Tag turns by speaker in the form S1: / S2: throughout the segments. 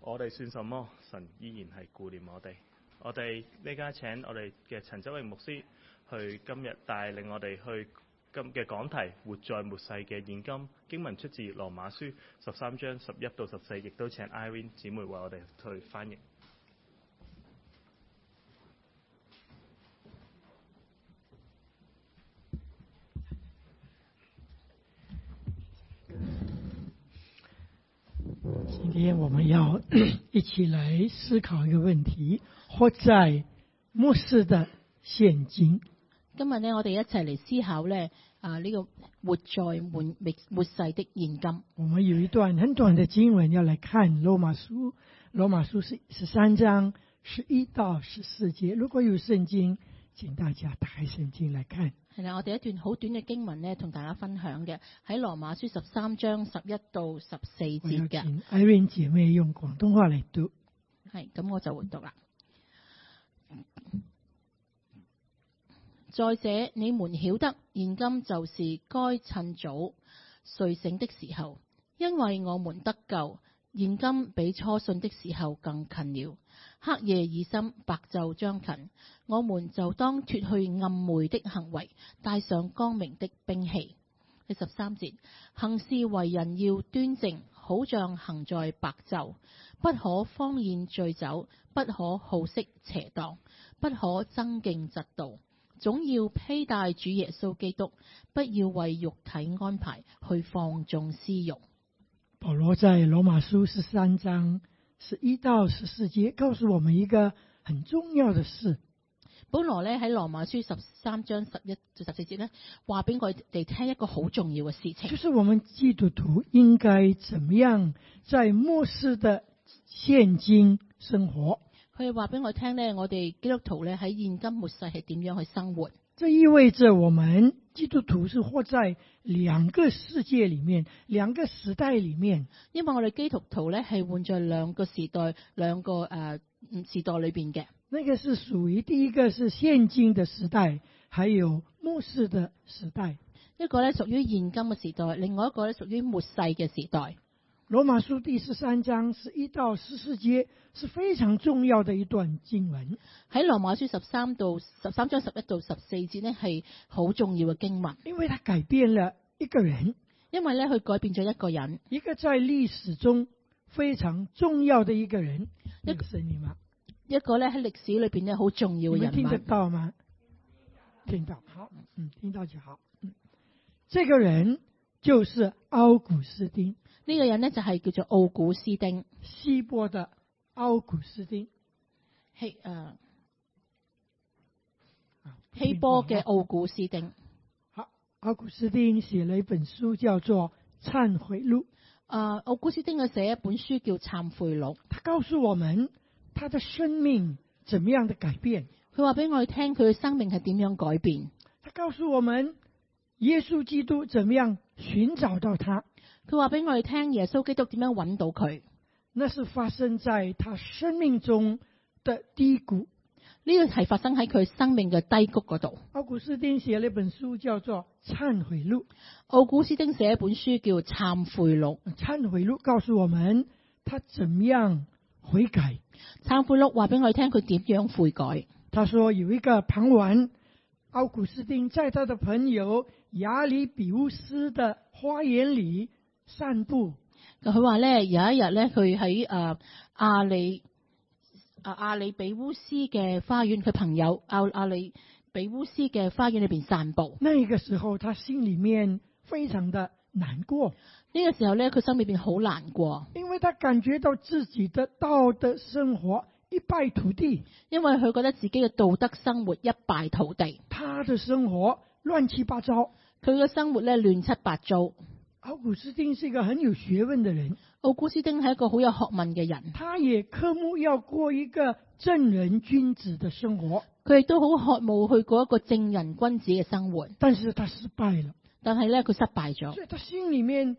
S1: 我哋算什麼？神依然係顧念我哋。我哋呢家請我哋嘅陳周榮牧師去今日帶領我哋去今嘅講題《活在末世嘅現今》經文出自羅馬書十三章十一到十四，亦都請 Irene 姊妹為我哋去翻譯。
S2: 今天我们要 一起来思考一个问题：活在末世的现今。
S3: 今日呢，我哋一齊嚟思考呢啊呢、個活在末末末世的現今。
S2: 我们有一段很短的经文要来看罗马书，罗马书是十三章十一到十四节。如果有圣经，请大家打开圣经来看。
S3: 係啦，我哋一段好短嘅經文呢，同大家分享嘅喺羅馬書十三章十一到十四
S2: 我要
S3: 節嘅。
S2: 请 Irene 姐妹用广东话来读。
S3: 系，咁我就回讀啦。再者，你們曉得，現今就是該趁早睡醒的時候，因為我們得救，現今比初信的時候更近了。黑夜已深，白晝將近，我們就當脱去暗昧的行為，帶上光明的兵器。第十三節，行事為人要端正，好像行在白晝。不可荒宴醉酒，不可好色邪蕩，不可爭競嫉妒，總要披戴主耶穌基督，不要為肉體安排去放縱私欲。
S2: 保罗在罗马书十三章十一到十四节告诉我们一个很重要的事：
S3: 保羅咧喺羅馬書十三章十一至十四節咧，話俾我哋聽一個好重要嘅事
S2: 就
S3: 情，
S2: 是我们基督徒应该怎么样在末世的现今生活。
S3: 佢話俾我聽咧，我哋基督徒咧喺現今末世係點樣去生活。
S2: 这意味着我们基督徒是活在两个世界里面、两个时代里面。
S3: 因為我哋基督徒咧係換在兩個時代、兩個誒、呃、嗯時代裏邊嘅。
S2: 那个是属于第一个是现今的时代，还有末世的时代。
S3: 一個咧屬於現今嘅時代，另外一個咧屬於末世嘅時代。
S2: 罗马书第十三章十一到十四节是非常重要的一段经文。
S3: 喺羅馬書十三到十三章十一到十四節呢，係好重要嘅經文，
S2: 因为它改变了一个人，
S3: 因為咧佢改變咗一個人，
S2: 一个在历史中非常重要的一个人，
S3: 一
S2: 一个声音吗？
S3: 一個咧喺歷史裏邊咧好重
S2: 你
S3: 要嘅
S2: 们
S3: 人
S2: 听得
S3: 物。
S2: 到吗？听到，好，嗯，听到就好。嗯，这个人就是奥古斯丁，
S3: 呢個人呢，就係叫做奧古斯丁，
S2: 希波的奥古斯丁，
S3: 希誒
S2: 啊
S3: 希波嘅。奧古斯丁。
S2: 好，奥古斯丁写了一本书，叫做《忏悔录》。
S3: 誒奧啊古斯丁佢寫一本書叫《懺悔錄》，
S2: 他告诉我们他的生命怎么样的改变。
S3: 佢話俾我哋聽佢嘅生命係點樣改變，
S2: 他告诉我们耶穌基督怎么样寻找到他，
S3: 佢話俾我哋聽耶穌基督點樣揾到佢。
S2: 那是发生在他生命中的低谷。
S3: 呢個係發生喺佢生命嘅低谷嗰度。
S2: 奥古斯丁写了一本书叫做《忏悔录
S3: 奧古斯丁寫一本書叫《懺悔錄》，》，
S2: 《忏悔录》告诉我们他怎么样悔改。
S3: 懺悔錄話俾我哋聽佢點樣悔改。
S2: 他说有一个傍晚，奥古斯丁在他的朋友亚里比乌斯的花园里散步。
S3: 佢話咧有一日咧，佢喺誒阿里啊阿里比烏斯嘅花園，佢朋友阿阿里比烏斯嘅花園裏邊散步。
S2: 那个时候，他心里面非常的难过，
S3: 呢、個時候咧，佢心裏邊好難過，
S2: 因为他感觉到自己的道德生活一败涂地，
S3: 因為佢覺得自己嘅道德生活一敗塗地，
S2: 他的生活乱七八糟。
S3: 佢嘅生活咧亂七八糟。
S2: 奥古斯丁是一个很有学問的人，
S3: 奧古斯丁係一個好有學問嘅人，
S2: 他也科目要过一个正人君子的生活，
S3: 佢亦都好渴慕去過一個正人君子嘅生活，
S2: 但是他失败了，
S3: 但係咧佢失敗咗。
S2: 所以他心里面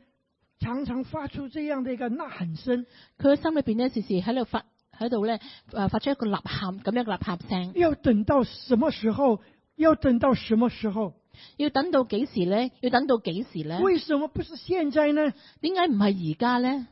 S2: 常常发出这样的一个呐喊声：
S3: 佢嘅心裏邊咧，時時喺度發喺度咧，誒發出一個呐喊咁樣嘅呐喊聲，
S2: 要等到什么时候？要等到什么时候？
S3: 要等到幾嗯時咧？要等到幾時咧？
S2: 为什么不是现在呢？
S3: 點解唔係而家咧？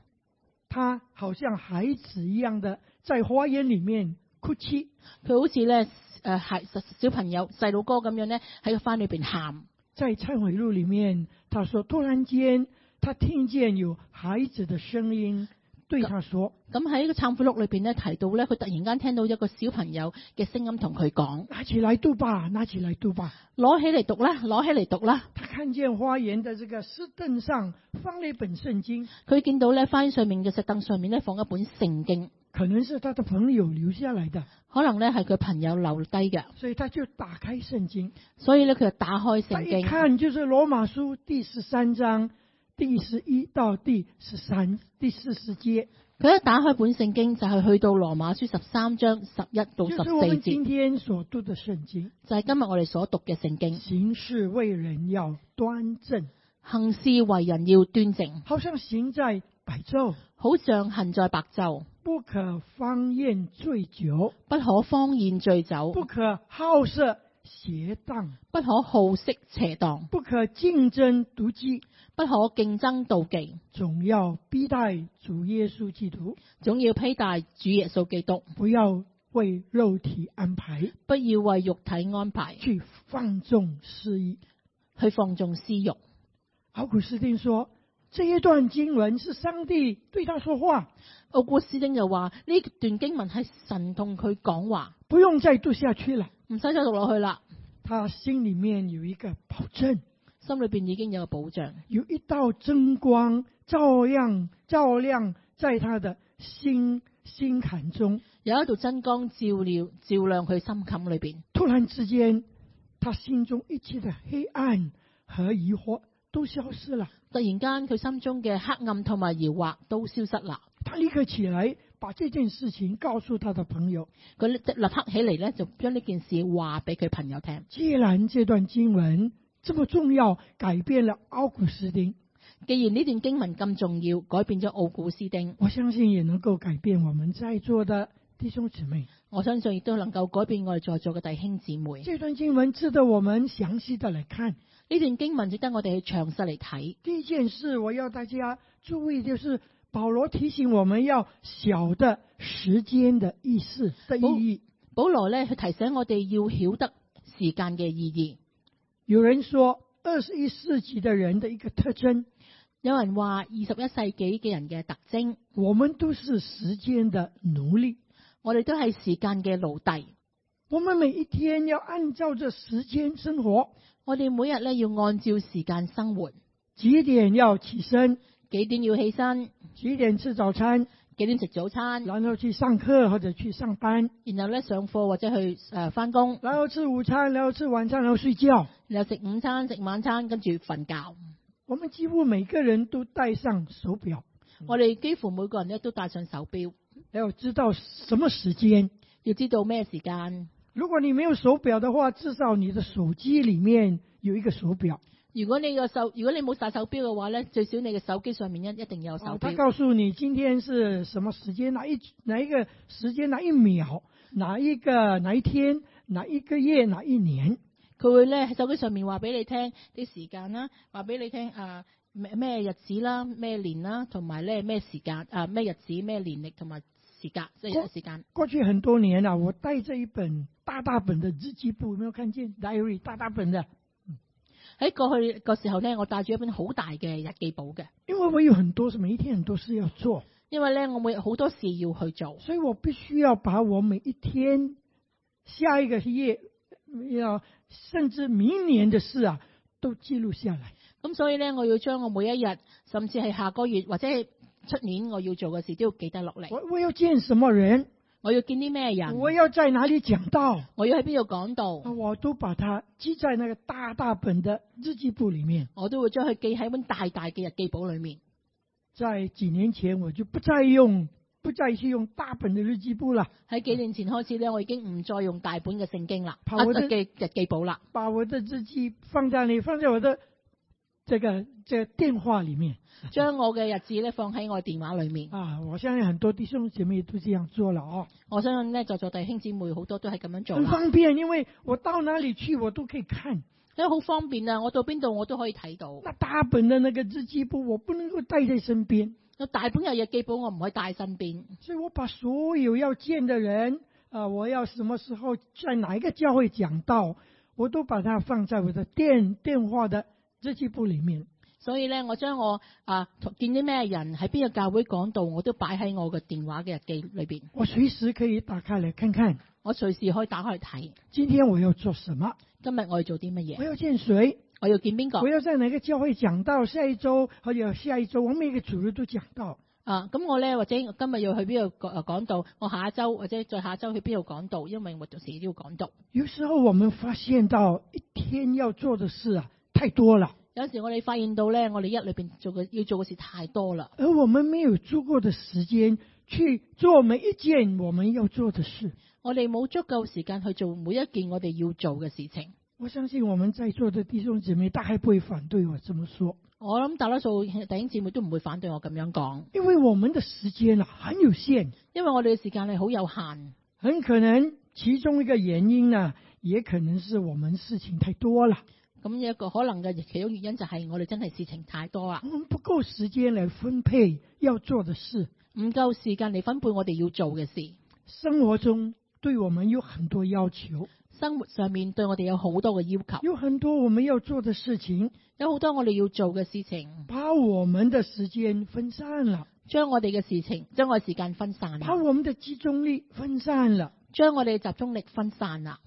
S2: 他好像孩子一样的在花园里面哭泣，
S3: 佢好似咧诶孩小朋友細佬哥咁樣咧喺個翻裏邊喊。
S2: 在忏悔录里面，他说突然间他听见有孩子的声音对他说
S3: 咁喺個忏悔錄裏邊咧提到咧，佢突然間聽到一個小朋友嘅聲音同佢講：：“
S2: 拿起来读吧，拿起来读吧。
S3: 攞起嚟讀啦，攞起嚟讀啦！”
S2: 他看见花园的这个石凳上放了一本圣经，
S3: 佢見到咧翻上面嘅石凳上面咧放一本聖經，
S2: 可能是他的朋友留下来的，
S3: 可能咧係佢朋友留低嘅，
S2: 所以他就打开圣经。
S3: 所以咧佢就打開
S2: 他
S3: 聖
S2: 一
S3: 經，
S2: 看就是罗马书第十三章第十一到第十三、第四十节，
S3: 佢一打開本聖經就係去到羅馬書十三章十一到
S2: 就
S3: 十
S2: 是我
S3: 四
S2: 们今
S3: 節，
S2: 天所读的圣经。
S3: 就係今日我哋所讀嘅聖經。
S2: 行事为人要端正，
S3: 行事為人要端正，
S2: 好像行在白昼，
S3: 好像行在白晝，
S2: 不可方宴醉酒，
S3: 不可荒宴醉酒，
S2: 不可好色邪荡，
S3: 不可好色邪蕩，
S2: 不可竞争毒计，
S3: 不可競爭妒忌，
S2: 总要逼待主耶稣基督，
S3: 總要披戴主耶穌基督，
S2: 不要为肉体安排
S3: 不要為肉體安排
S2: 去放纵私欲。
S3: 去放縱私欲。
S2: 奥古斯丁说，这一段经文是上帝对他说话，
S3: 奧古斯丁就話：呢段經文係神同佢講話，
S2: 不用再读下去了。
S3: 唔使再讀落去啦。
S2: 他心里面有一个保证，
S3: 心裏邊已經有個保障，
S2: 有一道真光照亮照亮在他的心心坎中。
S3: 有一道真光照料照亮佢心坎裏邊。
S2: 突然之间，他心中一切的黑暗和疑惑都消失了。
S3: 突然間，佢心中嘅黑暗同埋疑惑都消失啦。
S2: 他立刻起来，把这件事情告诉他的朋友。
S3: 佢立立刻起嚟咧，就將呢件事話俾佢朋友聽。
S2: 既然这段經文这么重要，改变了奥古斯丁，
S3: 既然呢段經文咁重要，改變咗奧古斯丁，
S2: 我相信也能够改变我们在座的弟兄姊妹。
S3: 我相信亦都能夠改變我哋在座嘅弟兄姊妹。
S2: 这段经文值得我们详细的来看。
S3: 呢段經文值得我哋去詳細嚟睇。
S2: 第一件事，我要大家注意，就是保罗提醒我们要晓得时间的意思的意义。
S3: 保羅咧，佢提醒我哋要曉得時間嘅意義。
S2: 有人说，二十一世纪的人的一个特征，
S3: 有人話二十一世紀嘅人嘅特徵，
S2: 我们都是时间的奴隶，
S3: 我哋都係時間嘅奴隸。
S2: 我们每一天要按照这时间生活，
S3: 我哋每日咧要按照時間生活，
S2: 几点要起身，
S3: 幾點要起身，
S2: 几点吃早餐，
S3: 幾點食早餐，
S2: 然后去上课或者去上班，
S3: 然後咧上課或者去誒翻工。
S2: 然后吃午餐，然后吃晚餐，然后睡觉。
S3: 然後食午餐、食晚餐，跟住瞓覺。
S2: 我们几乎每个人都戴上手表，
S3: 我哋幾乎每個人咧都戴上手錶，
S2: 要知道什么时间。
S3: 要知道咩時間。
S2: 如果你没有手表的话，至少你的手机里面有一个手表，
S3: 如果你個手，如果你冇戴手錶嘅話咧，最少你嘅手機上面一一定有手
S2: 啊它
S3: 錶。
S2: 告诉你今天是什么时间，哪一哪一个时间，哪一秒，哪一个哪一天，哪一个月，哪一年。
S3: 佢會咧喺手機上面話俾你聽啲時間啦，話俾你聽啊咩咩日子啦、咩年啦，同埋咧咩時間啊咩日子、咩年歷同埋時間，即係時間。
S2: 过去很多年了、我带着一本大大本的日记簿，有没有看见 diary 大大本的？
S3: 喺過去個時候咧，我帶住一本好大嘅日記簿嘅，
S2: 因为我有很多每一天很多事要做，
S3: 因為咧我每日好多事要去做。
S2: 所以我必须要把我每一天、下一个月要甚至明年的事啊，都记录下来。
S3: 咁所以咧，我要將我每一日，甚至係下個月或者係出年我要做嘅事都要記低落嚟。
S2: 我我要见什么人，
S3: 我要見啲咩人，
S2: 我要在哪里讲道，啊
S3: 我要喺邊度講道，
S2: 我都把它记在那个大大本的日记簿里面。
S3: 我都會將佢記喺本大大嘅日記簿裏面。
S2: 在几年前，我就不再用，不再去用大本的日记簿了。
S3: 喺幾年前開始咧，我已經唔再用大本嘅聖經啦，
S2: 怕
S3: 啊
S2: 我都
S3: 嘅日記簿啦。
S2: 把我的日记放在那，放在我的这个这个电话里面
S3: 將我嘅日子咧放喺我電話裏面。
S2: 啊。我相信很多弟兄姐妹都这样做了哦，
S3: 我相信咧，在座弟兄姊妹好多都係咁樣做
S2: 很
S3: 啦，
S2: 方便，因为我到哪里去我都可以看。
S3: 因為好方便啊！我到邊度我都可以睇到。
S2: 那大本的那个日记簿我不能够带在身边，
S3: 有大本日日記本我唔可以帶身邊，
S2: 所以我把所有要见的人，啊、我要什么时候在哪一个教会讲道，我都把它放在我的电电话的日记簿里面。
S3: 所以咧我將我啊同見啲咩人喺邊個教會講道，我都擺喺我嘅電話嘅日記裏邊，
S2: 我随时可以打开来看看，
S3: 我隨時可以打開嚟睇。
S2: 今天我要做什么，
S3: 今日我要做啲乜
S2: 我
S3: 嘢？
S2: 要见谁，
S3: 我要見邊個
S2: 我？要在哪个教会讲道，下一周或者下一周，我每个主日都讲道。
S3: 啊，咁我咧或者我今日要去邊度講講道，我下一周或者再下一周去邊度講道，因為我到時都要講道。
S2: 有时候我们发现到一天要做的事啊太多了，
S3: 有時我哋發現到咧，我哋一裏邊做嘅要做嘅事太多啦，
S2: 而我们没有足够的时间去做每一件我们要做的事。
S3: 我哋冇足夠時間去做每一件我哋要做嘅事情。
S2: 我相信我们在座的弟兄姐妹大概不会反对我这么说，
S3: 我諗大多數弟兄姊妹都唔會反對我咁樣講，
S2: 因为我们的時間啊很有限，
S3: 因為我哋嘅時間係好有限。
S2: 很可能其中一个原因呢，也可能是我们事情太多了，
S3: 咁一個可能嘅其中原因就係我哋真係事情太多啦
S2: 我，们不够時間来分配要做的事。
S3: 唔夠時間嚟分配我哋要做嘅事。
S2: 生活中对我们有很多要求，
S3: 生活上面對我哋有好多嘅要求，
S2: 有很多我们要做的事情，
S3: 有好多我哋要做嘅事情，
S2: 把我們的時間分散了，
S3: 將我哋嘅事情，將我哋時間分散啦，
S2: 把我們的集中力分散了。
S3: 將我哋嘅集中力分散啦。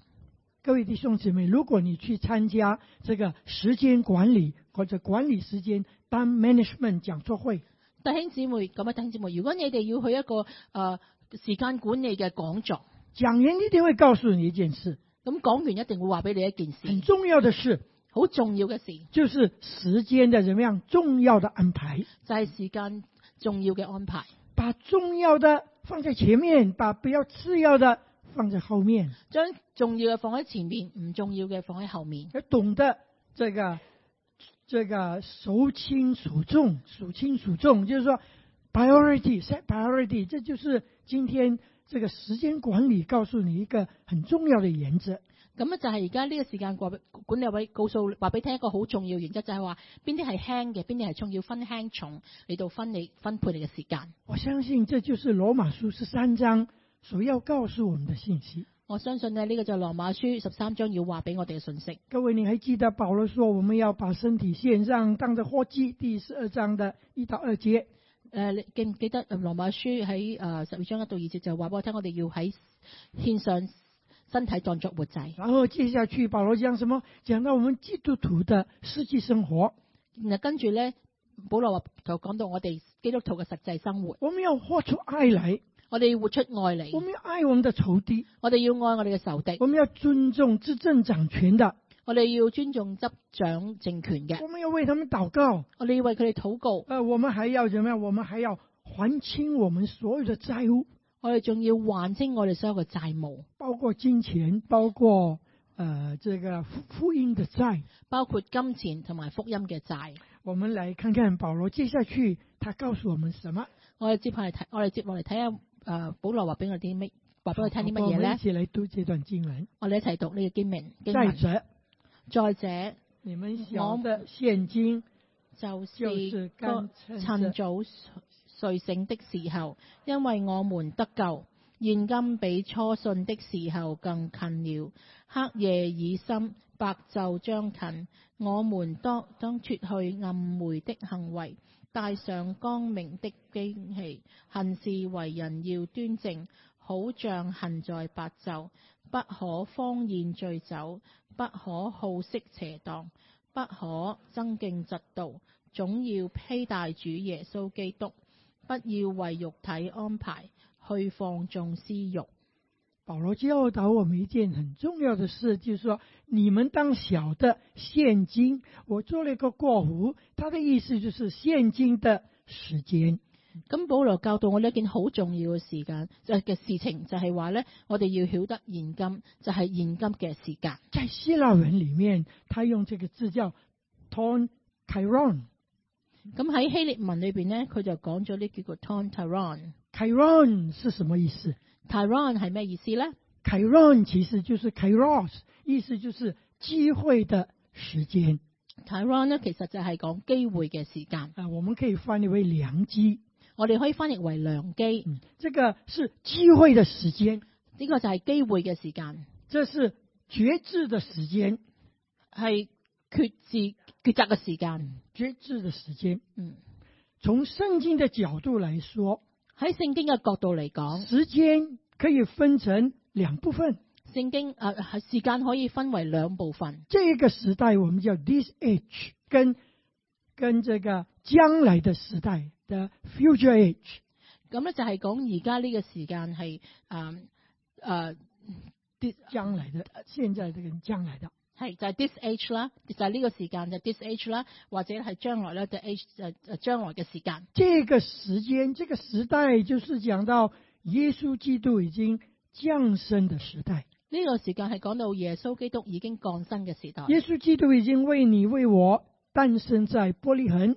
S2: 各位弟兄姊妹，如果你去参加这个时间管理或者管理时间 time management 讲座会，
S3: 弟兄姊妹，咁啊，弟兄姊妹，如果你哋要去一個诶、時时間管理嘅講座，
S2: 讲员一定会告诉你一件事，
S3: 咁講完一定會話俾你一件
S2: 很
S3: 事，
S2: 重要的事
S3: 好重要嘅事，
S2: 就是时间的怎么样重要的安排，
S3: 就係時間重要嘅安排，
S2: 把重要的放在前面，把不要次要的放在后面，
S3: 將重要嘅放喺前面，唔重要嘅放喺後面，
S2: 要懂得这个这个孰轻孰重，孰轻孰重，就是说 priority set priority，这就是今天这个时间管理告诉你一个很重要的原则。
S3: 咁啊咧就係而家呢個時間管管理委告訴話俾你聽一個好重要原則，就係話邊啲係輕嘅，邊啲係重要，分輕重嚟到分你分配你嘅時間。
S2: 我相信这就是罗马书十三章所要告诉我们的信息。
S3: 我相信咧，呢、個就係羅馬書十三章要話俾我哋嘅信息。
S2: 各位，你还记得保罗说我们要把身体献上，当着活祭？第十二章的一到二节，
S3: 誒、你記唔記得呃羅馬書喺誒十二章一到二節就話俾我聽，我哋要喺獻上身體當作活祭。
S2: 然后接下去保罗讲什么？讲到我们基督徒的实际生活，
S3: 然後跟住咧，保羅話就講到我哋基督徒嘅實際生活，
S2: 我们要活出爱来，
S3: 我哋要活出愛
S2: 我
S3: 嚟，
S2: 们要爱我们的仇敌，
S3: 我哋要愛我哋嘅仇敵，
S2: 我们要尊重执政掌权的，
S3: 我哋要尊重執掌政權嘅，
S2: 我们要为他们祷告。
S3: 我哋要為佢哋禱告，
S2: 呃，我们还要怎么样？我们还要还清我们所有的债务，
S3: 我哋仲要還清我哋所有嘅債務，
S2: 包括金钱，包括呃这个福福音的债。
S3: 包括金錢同埋福音嘅債。
S2: 我们来看看保罗接下去他告诉我们什么。
S3: 我哋接下嚟睇，我哋接落嚟睇下誒保羅話俾我哋啲乜，話俾我哋聽啲
S2: 好
S3: 乜嘢
S2: 我们一
S3: 咧？
S2: 起来读这段经文。
S3: 我哋一齊讀呢個經文。經
S2: 再
S3: 文
S2: 者，
S3: 再者，
S2: 你们晓得现今
S3: 就
S2: 就是
S3: 是
S2: 干
S3: 趁
S2: 趁着
S3: 早睡醒的時候，因為我們得救。現今比初信的時候更近了，黑夜已深，白晝將近。我們當當脱去暗昧的行為，戴上光明的機器，行事為人要端正，好像行在白晝，不可荒宴醉酒，不可好色邪蕩，不可爭競嫉妒。總要披戴主耶穌基督，不要為肉體安排去放縱私欲。
S2: 保罗教导我们一件很重要的事，就是说你们当晓得现今。我做了一个过弧，他的意思就是现今的时间。
S3: 咁保羅教導我呢一件好重要嘅時間就係嘅事情，就係話呢：我哋要曉得現今就係現今嘅時間。
S2: 在希腊文里面，他用这个字叫 “ton kairon”。
S3: 咁喺希臘文裏邊呢，佢就講咗呢叫做 ton tyron。
S2: kairon 是什么意思？
S3: tyron 係咩意思呢？
S2: Kairon 其实就是 Kairos，意思就是机会的时间
S3: tyron 呢其實就係講機會嘅時間，
S2: 啊、我们可以翻译为良机。
S3: 我哋可以翻譯為良機。
S2: 嗯，这个是机会的时间，
S3: 呢、個就係機會嘅時間，
S2: 这是觉知的时间，
S3: 係決志抉擇嘅時間。
S2: 觉知的时间。
S3: 嗯，
S2: 从圣经的角度来说，
S3: 喺聖經嘅角度嚟講，
S2: 时间可以分成两部分。
S3: 聖經诶、呃、時間可以分為兩部分。
S2: 这一个时代我们叫 this age，跟跟这个将来的时代的 future age。
S3: 咁咧就係講而家呢個時間係呃诶诶
S2: 将来的、现在的跟将来的。
S3: 係就係 this age 啦，就係呢個時間就 this age 啦，或者係將來咧就 age 誒誒將來嘅時間。
S2: 这个时间、这个时代，就是讲到耶稣基督已经降生的时代。
S3: 呢個時間係講到耶穌基督已經降生嘅時代，
S2: 耶穌基督已经为你为我诞生在伯利恒。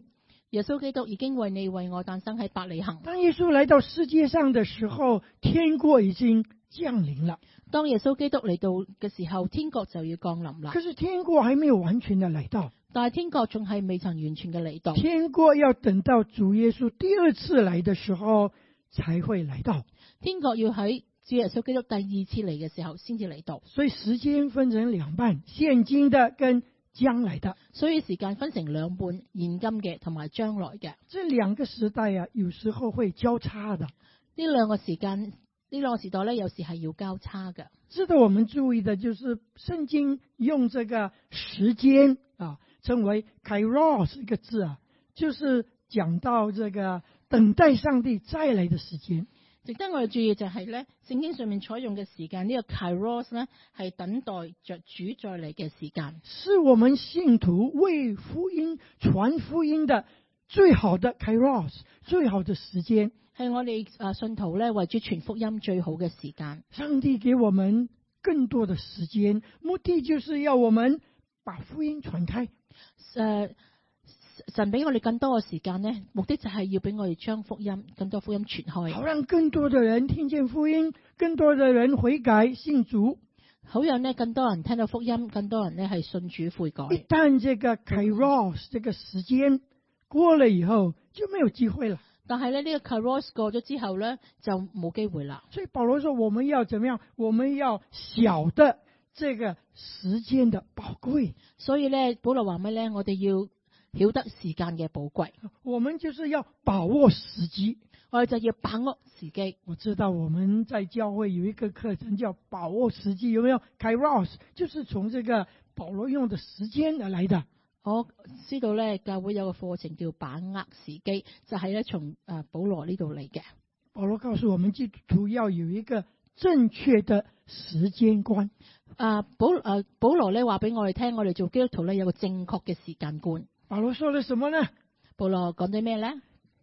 S3: 耶穌基督已經為你為我誕生喺百里行。
S2: 当耶稣来到世界上的时候，天国已经降临了。
S3: 當耶穌基督嚟到嘅時候，天國就要降臨啦
S2: 可。是天国还没有完全的来到，
S3: 但係天國仲係未曾完全嘅嚟到，
S2: 天国要等到主耶稣第二次来的时候才会来到。
S3: 天國要喺主耶穌基督第二次嚟嘅時候先至嚟到。
S2: 所以时间分成两半，现今的跟将来的。
S3: 所以時間分成兩半，現今嘅同埋將來嘅
S2: 这两个时代啊，有时候会交叉的。
S3: 呢兩個時間，呢兩個時代咧，有時係要交叉嘅。
S2: 值得我们注意的就是，圣经用这个时间啊，称为 “kairos” 一个字啊，就是讲到这个等待上帝再来的时间。
S3: 值得我哋注意就係咧，聖經上面採用嘅時間呢、個 kairos 咧，係等待着主再嚟嘅時間，
S2: 是我们信徒为福音传福音的最好的 kairos，最好的时间。
S3: 係我哋啊信徒咧為主傳福音最好嘅時間。
S2: 上帝给我们更多的时间，目的就是要我们把福音传开，
S3: 诶、呃神俾我哋更多嘅時間咧，目的就係要俾我哋將福音更多福音傳
S2: 好
S3: 開，
S2: 让更多的人听见福音，更多的人悔改信主。
S3: 好讓咧更多人聽到福音，更多人咧係信主悔改。
S2: 一旦这个 kairos 这个时间过了以后，就没有机会了。
S3: 但係咧呢、個 kairos 過咗之後咧，就冇機會啦。
S2: 所以保罗说，我们要怎么样？我们要晓得这个时间的宝贵，
S3: 所以咧，保羅話咩咧？我哋要曉得時間嘅寶貴，
S2: 我们就是要把握时机。
S3: 我哋就要把握時機。
S2: 我知道我们在教会有一个课程叫“把握时机”，有没有？Kairos 就是从这个保罗用的时间而来的。
S3: 我知道咧，教會有個課程叫把握時機，就係咧從诶保羅呢度嚟嘅。
S2: 保罗告诉我们，基督徒要有一个正确的时间观。
S3: 啊，保啊保羅咧話俾我哋聽，我哋做基督徒咧有個正確嘅時間觀。
S2: 保罗说了什么呢？
S3: 保羅講啲咩咧？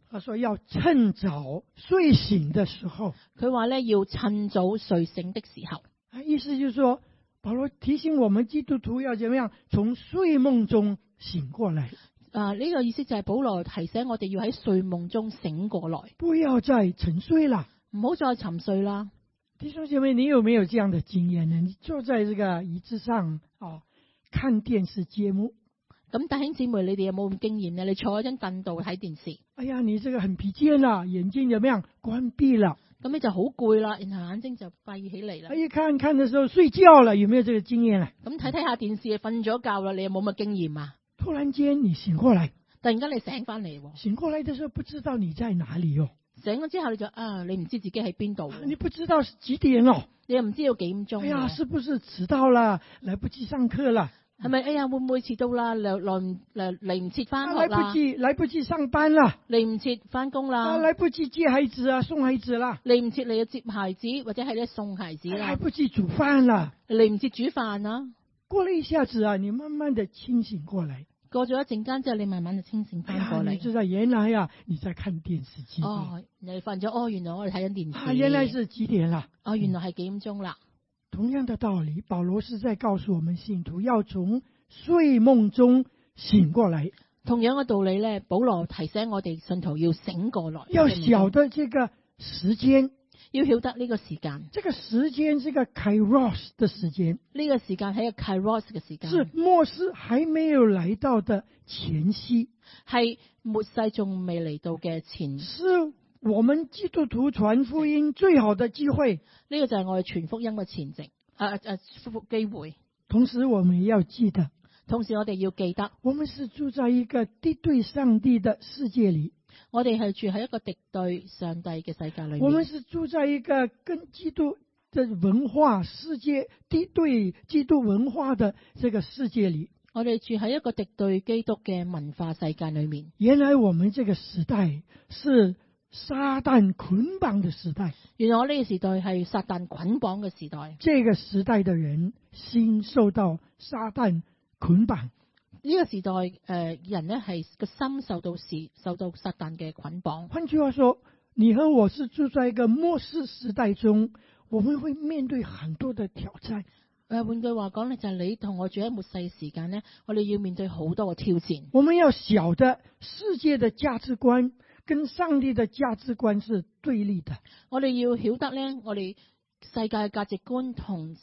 S2: 他说要趁早睡醒的时候，
S3: 佢話咧要趁早睡醒的時候，
S2: 啊意思就是说，保罗提醒我们基督徒要怎么样从睡梦中醒过来，
S3: 啊呢、個意思就係保羅提醒我哋要喺睡夢中醒過來，
S2: 不要再沉睡了。
S3: 唔好再沉睡啦。
S2: 弟兄姐妹，你有没有这样的经验呢？你坐在这个椅子上啊、哦看电视节目，
S3: 咁弟兄姊妹，你哋有冇咁經驗咧？你坐喺張凳度睇電視，
S2: 哎呀，你这个很疲倦了，眼睛怎么样？关闭了，
S3: 咁你就好攰啦，然後眼睛就閉起嚟啦
S2: 哎，。一看看的时候睡觉了，有没有这个經驗啊？
S3: 咁睇睇下電視，瞓咗覺啦，你有冇乜經驗啊？
S2: 突然间你醒过来，
S3: 突然間你醒翻嚟喎，
S2: 醒过来的时候不知道你在哪里哦，啊
S3: 醒咗之後你就啊，你唔知自己喺邊度喎，
S2: 你不知道是几点哦，
S3: 你又唔知道幾點
S2: 哎
S3: 鐘
S2: 呀，
S3: 喎，
S2: 是不是迟到了？来不及上课了，
S3: 係咪？哎呀，會唔會遲到啦？嚟嚟唔嚟嚟唔切翻
S2: 啊
S3: 學
S2: 来不
S3: 啦，
S2: 及来不及上班了，
S3: 嚟唔切翻工
S2: 啊，
S3: 啦，
S2: 来不及接孩子啊，送孩子了，
S3: 嚟唔切你要接孩子或者係咧送孩子
S2: 来
S3: 啦，
S2: 不及煮饭了。
S3: 嚟唔切煮飯啦。
S2: 过了一下子啊，你慢慢的清醒过来，
S3: 過咗一陣間之後，你慢慢就清醒
S2: 哎
S3: 翻
S2: 呀，
S3: 過
S2: 你
S3: 嚟。
S2: 知道原来呀、你在看电视机啊，
S3: 哦，你瞓咗哦，原來我哋睇緊
S2: 啊，原來
S3: 電視。
S2: 是几点了？
S3: 哦，原來係幾點鐘啦？
S2: 同样的道理，保罗是在告诉我们信徒要从睡梦中醒过
S3: 哦
S2: 来，
S3: 同樣嘅道理咧，保羅提醒我哋信徒要醒過來，
S2: 要
S3: 明唔明
S2: 晓得这个时间，
S3: 要曉得呢個時間，
S2: 这个时间是个 kairos 的时间，
S3: 呢、個時間係一個 kairos 嘅時間，
S2: 是末世还没有来到的前夕，
S3: 係末世仲未嚟到嘅前，
S2: 是我们基督徒传福音最好的机会。
S3: 呢個就係我哋傳福音嘅前夕，誒誒誒機會。
S2: 同時，我们也要记得，
S3: 同時我哋要記得，
S2: 我们是住在一个敌对上帝的世界里，
S3: 我哋係住喺一個敵對上帝嘅世界裏
S2: 我们
S3: 面，
S2: 是住在一个跟基督的文化世界敌对基督文化的这个世界里。
S3: 我哋住喺一個敵對基督嘅文化世界裏面。
S2: 原来我们这个时代是撒旦捆绑的时代，
S3: 原來我呢個時代係撒旦捆綁嘅時代，
S2: 这个时代的人心受到撒旦捆綁，
S3: 呢、個時代誒、呃人呢係個心受到事受到撒旦嘅捆綁。
S2: 换句话说，你和我是住在一个末世时代中，我们会面对很多的挑战。
S3: 誒呃換句話講咧，就係、你同我住喺末世時間呢，我哋要面對好多嘅挑戰。
S2: 我们要晓得世界的价值观跟上帝的价值观是对立的。
S3: 我哋要曉得呢，我哋世界嘅價值觀同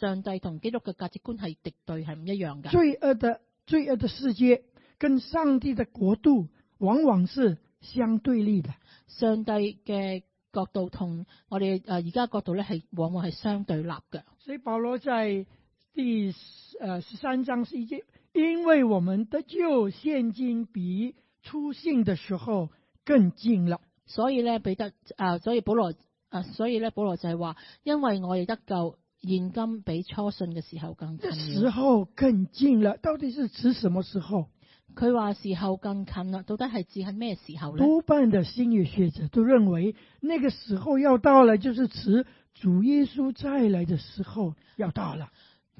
S3: 上帝同基督嘅價值觀係敵對，係唔一樣㗎。
S2: 罪恶的罪恶的世界跟上帝的国度往往是相对立的。
S3: 上帝嘅角度同我哋誒呃而家嘅角度呢，係往往係相對立嘅。
S2: 所以保罗在第十呃十三章是一句，因为我们得救现今比出信的时候更近了。
S3: 所以咧，彼得啊，所以保羅啊，所以咧，保羅就係話，因為我哋得救，現今比初信嘅時候更
S2: 这
S3: 近
S2: 时
S3: 了。
S2: 候更近了，到底是指什么时候？
S3: 佢話時候更近啦，到底係指喺咩時候呢？
S2: 多半的心理学者都认为，那个时候要到了，就是指主耶稣再来的时候要到了。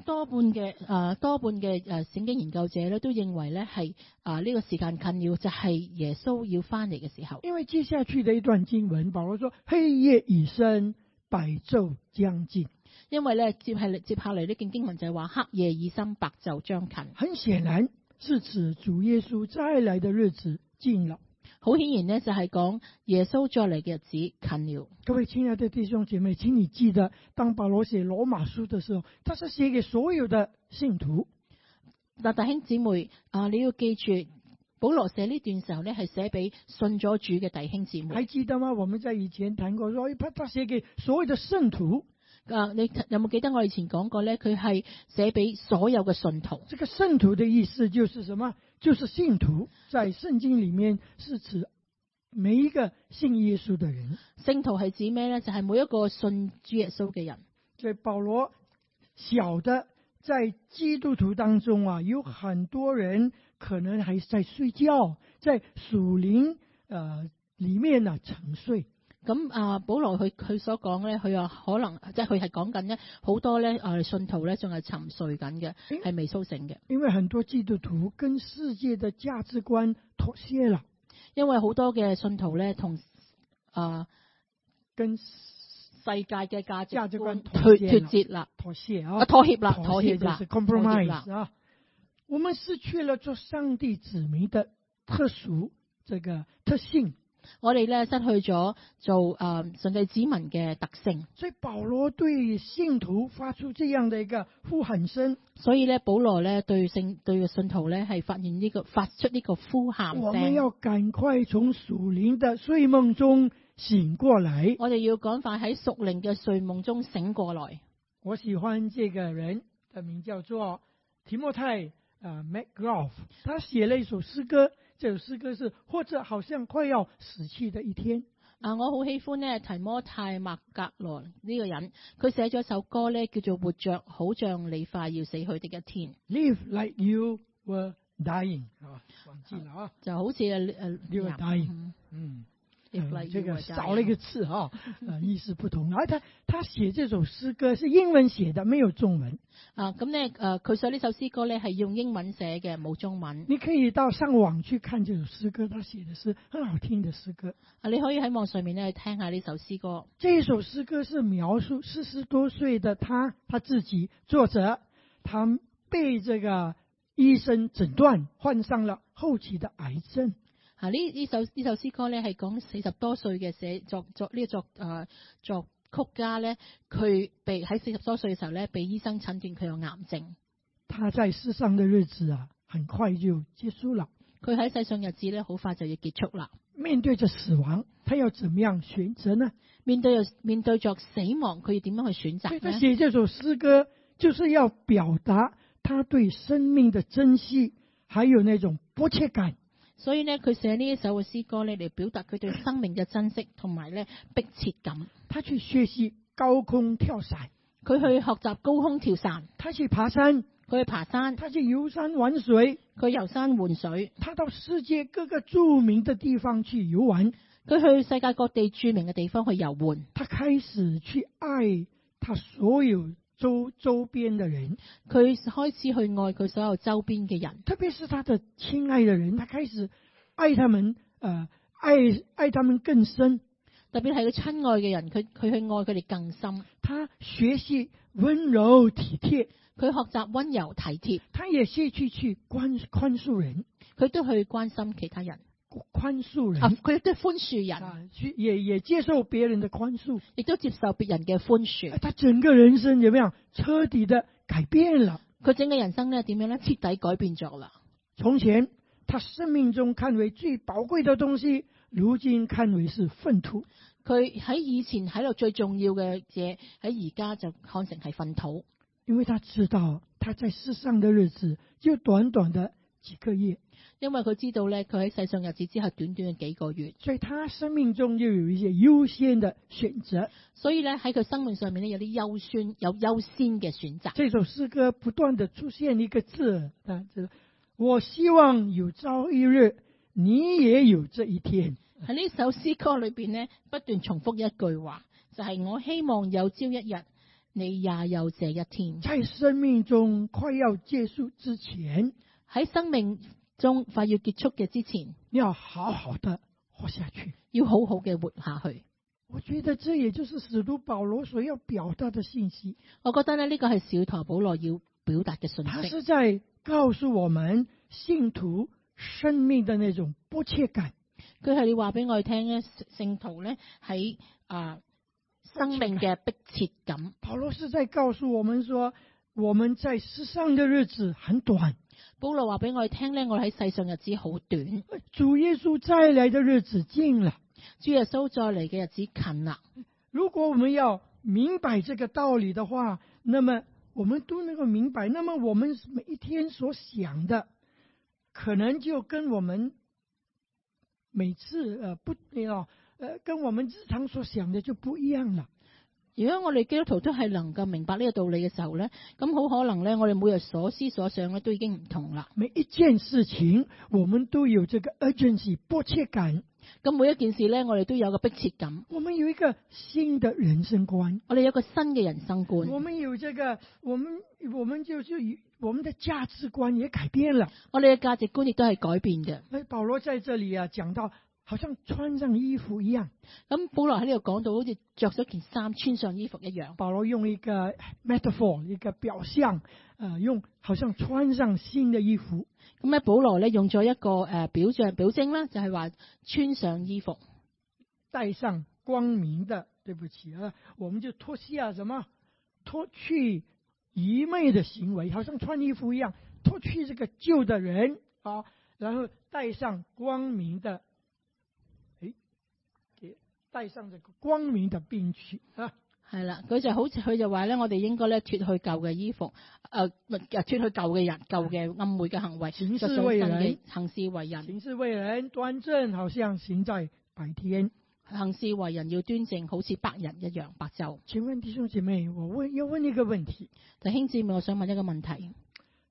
S3: 多半嘅啊，多半嘅誒聖經研究者咧，都認為咧係啊呢個時間近了，就係、耶穌要翻嚟嘅時候。
S2: 因为接下去的一段经文，保罗说：“黑夜已深，白昼将近。
S3: 因為咧接係接下嚟呢件經文就係話黑夜已深，白晝將近”。
S2: 很显然是指主耶稣再来的日子近了。
S3: 好顯然呢，就係、講耶穌再嚟嘅日子近了。
S2: 各位亲爱的弟兄姐妹，请你记得，当保罗写罗马书的时候，他是写给所有的信徒。
S3: 嗱，弟兄姊妹啊，你要記住，保羅寫呢段時候咧係寫俾信咗主嘅弟兄姊
S2: 还
S3: 妹。
S2: 记得吗？我们在以前谈过说，哎他他写给所有的圣徒，
S3: 啊，你有冇記得我以前講過咧？佢係寫俾所有嘅信徒。
S2: 这个圣徒的意思就是什么？就是信徒，在圣经里面是指每一个信耶稣的人。
S3: 聖徒係指咩咧？就係、每一個信主耶穌嘅人。
S2: 所以保罗晓得，在基督徒当中啊，有很多人可能还在睡觉，在属灵呃里面呢、沉睡。
S3: 咁啊，保羅佢佢所講咧，佢話可能即係佢係講緊咧好多咧啊信徒咧仲係沉睡緊嘅，係未甦醒嘅，
S2: 因为很多基督徒跟世界的价值观妥协了，
S3: 因為好多嘅信徒咧同啊
S2: 跟
S3: 世界嘅價值
S2: 價值觀
S3: 觀
S2: 妥
S3: 脱
S2: 協
S3: 脱
S2: 啦
S3: 節啦，
S2: 妥协啊
S3: 啊，妥協啦，
S2: 妥
S3: 妥
S2: 协
S3: 協
S2: 就
S3: 啦，
S2: 是
S3: 妥協
S2: compromise
S3: 啦。
S2: 啊。我们失去了做上帝子民的特殊这个特性，
S3: 我哋咧失去咗做诶、呃上帝子民嘅特性，
S2: 所以保罗对信徒发出这样的一个呼喊声：
S3: 所以咧保羅咧對聖對嘅信徒咧係發現呢、個發出呢個呼喊
S2: 我们
S3: 聲。
S2: 要赶快从属灵的睡梦中醒过来。
S3: 我哋要趕快喺屬靈嘅睡夢中醒過來。
S2: 我喜欢这个人的名叫做提莫泰啊、呃、McGraw，他写了一首诗歌，这首诗歌是或者好像快要死去的一天。
S3: 啊，我好喜歡呢提摩太麥格羅呢個人，佢寫咗首歌咧叫做《活着好像你快要死去的一天》，
S2: Live like you were dying 啊，忘记了啊，
S3: 就好似呃誒
S2: 你話大
S3: 誒
S2: 嗯，
S3: Live
S2: 嗯
S3: like
S2: 这
S3: you
S2: 个
S3: were
S2: 少了一个字啊，呃，意思不同。而他他写这首诗歌是英文写的，没有中文。
S3: 啊咁咧誒，佢寫呢首詩歌咧係用英文寫嘅，冇中文。
S2: 你可以到上网去看这首诗歌，他写的是很好听的诗歌。
S3: 啊，你可以喺網上面咧去聽下呢首詩歌。
S2: 这一首诗歌是描述四十多岁的他他自己，作者他被这个医生诊断患上了后期的癌症。
S3: 啊！呢呢首呢首詩歌咧係講四十多歲嘅寫作作呢、個作啊、作曲家咧，佢被喺四十多歲嘅時候咧，被醫生診斷佢有癌症。
S2: 他在世上的日子啊，很快就结束了。
S3: 佢喺世上日子咧，好快就要結束啦。
S2: 面对着死亡，他要怎么样选择呢？
S3: 面對面對着死亡，佢要點樣去選
S2: 所以
S3: 擇
S2: 他
S3: 呢？
S2: 写这首诗歌，就是要表达他对生命的珍惜，还有那种迫切感。
S3: 所以呢，佢寫呢一首嘅詩歌呢，嚟表達佢對生命嘅珍惜同埋呢迫切感。
S2: 他去学习高空跳伞，
S3: 佢去學習高空跳傘，
S2: 他去爬山，
S3: 佢去爬山，
S2: 他去游山玩水，
S3: 佢遊山玩水，
S2: 他到世界各个著名的地方去游玩。
S3: 佢去世界各地著名嘅地方去遊玩。
S2: 他开始去爱他所有周周边的人，
S3: 佢開始去愛佢所有周邊嘅人，
S2: 特别是他的亲爱的人，他开始爱他们，呃，爱爱他们更深。
S3: 特別係佢親愛嘅人，佢佢去愛佢哋更深。
S2: 他学习温柔体贴，
S3: 佢學習温柔體貼，
S2: 他也是去去宽宽恕人，
S3: 佢都去關心其他人，
S2: 宽恕人
S3: 啊，佢亦都寬恕人，
S2: 啊，去也也接受别人的宽恕。
S3: 亦都接受別人嘅寬恕
S2: 呃。他整个人生怎么样？彻底的改变了。
S3: 佢整個人生咧點樣咧，徹底改變咗啦。
S2: 从前他生命中看为最宝贵的东西，如今看为是粪土。
S3: 佢喺以前喺度最重要嘅嘢，喺而家就看成係糞土，
S2: 因为他知道他在世上的日子就短短的几个月，
S3: 因為佢知道咧，佢喺世上日子只係短短嘅幾個月，
S2: 所以他生命中就有一些优先的选择。
S3: 所以咧喺佢生命上面咧有啲優先有優先嘅選擇。
S2: 这首诗歌不断的出现一个字啊，这个我希望有朝一日你也有这一天。
S3: 喺呢首詩歌裏邊咧，不斷重複一句話，就係、我希望有朝一日你也有這一天。
S2: 在生命中快要结束之前，
S3: 喺生命中快要結束嘅之前，
S2: 你要好好的活下去。
S3: 要好好嘅活下去。
S2: 我觉得这也就是使徒保罗所要表达的信息。
S3: 我覺得咧，呢個係小台保羅要表達嘅
S2: 他
S3: 信息。
S2: 是在告诉我们信徒生命的那种迫切感，
S3: 佢係要話俾我哋聽咧，聖徒咧喺啊生命嘅迫切感。
S2: 保罗是在告诉我们说，我们在世上的日子很短，
S3: 保羅話俾我哋聽咧，我哋喺世上日子好短，
S2: 主耶稣再来的日子近了。
S3: 主耶穌再嚟嘅日子近啦。
S2: 如果我们要明白这个道理的话，那么我们都能够明白，那么我们每一天所想的，可能就跟我们每次呃不哦呃跟我们日常所想的就不一样了。
S3: 如果我哋基督徒都係能夠明白呢個道理嘅時候咧，咁好可能咧，我哋每日所思所想咧都已經唔同啦。
S2: 每一件事情，我们都有这个 urgency 迫切感，
S3: 咁每一件事咧，我哋都有個迫切感，
S2: 我们有一个新的人生观，
S3: 我哋有個新嘅人生
S2: 我
S3: 觀，
S2: 们有这个，我们我们就就有我们的价值观也改变了。
S3: 我哋嘅價值觀亦都係改變嘅。
S2: 那保罗在这里啊讲到，好像穿上衣服一样。
S3: 咁保羅喺呢度講到，好似着咗件衫，穿上衣服一樣。
S2: 保罗用一个 metaphor 一个表象，呃，用好像穿上新的衣服。
S3: 咁咧，保羅咧用咗一個誒表象表徵啦，就係話穿上衣服，
S2: 戴上光明的，对不起啊，我们就脱下什么，脱去愚昧的行为，好像穿衣服一样，脱去这个旧的人啊，然后戴上光明的，哎，给戴上这个光明的兵器啊，
S3: 係啦。佢就好似佢就話咧，我哋應該咧脱去舊嘅衣服，誒唔脱去舊嘅人、舊嘅暗昧嘅行為，
S2: 行
S3: 着
S2: 事
S3: 上新
S2: 為人
S3: 嘅行事為人，
S2: 行事为人端正，好像行在白天。
S3: 行事為人要端正，好似白人一樣白晝。
S2: 请问弟兄姐妹，我问要问一个问题：
S3: 弟兄姊妹，我想問一個問題：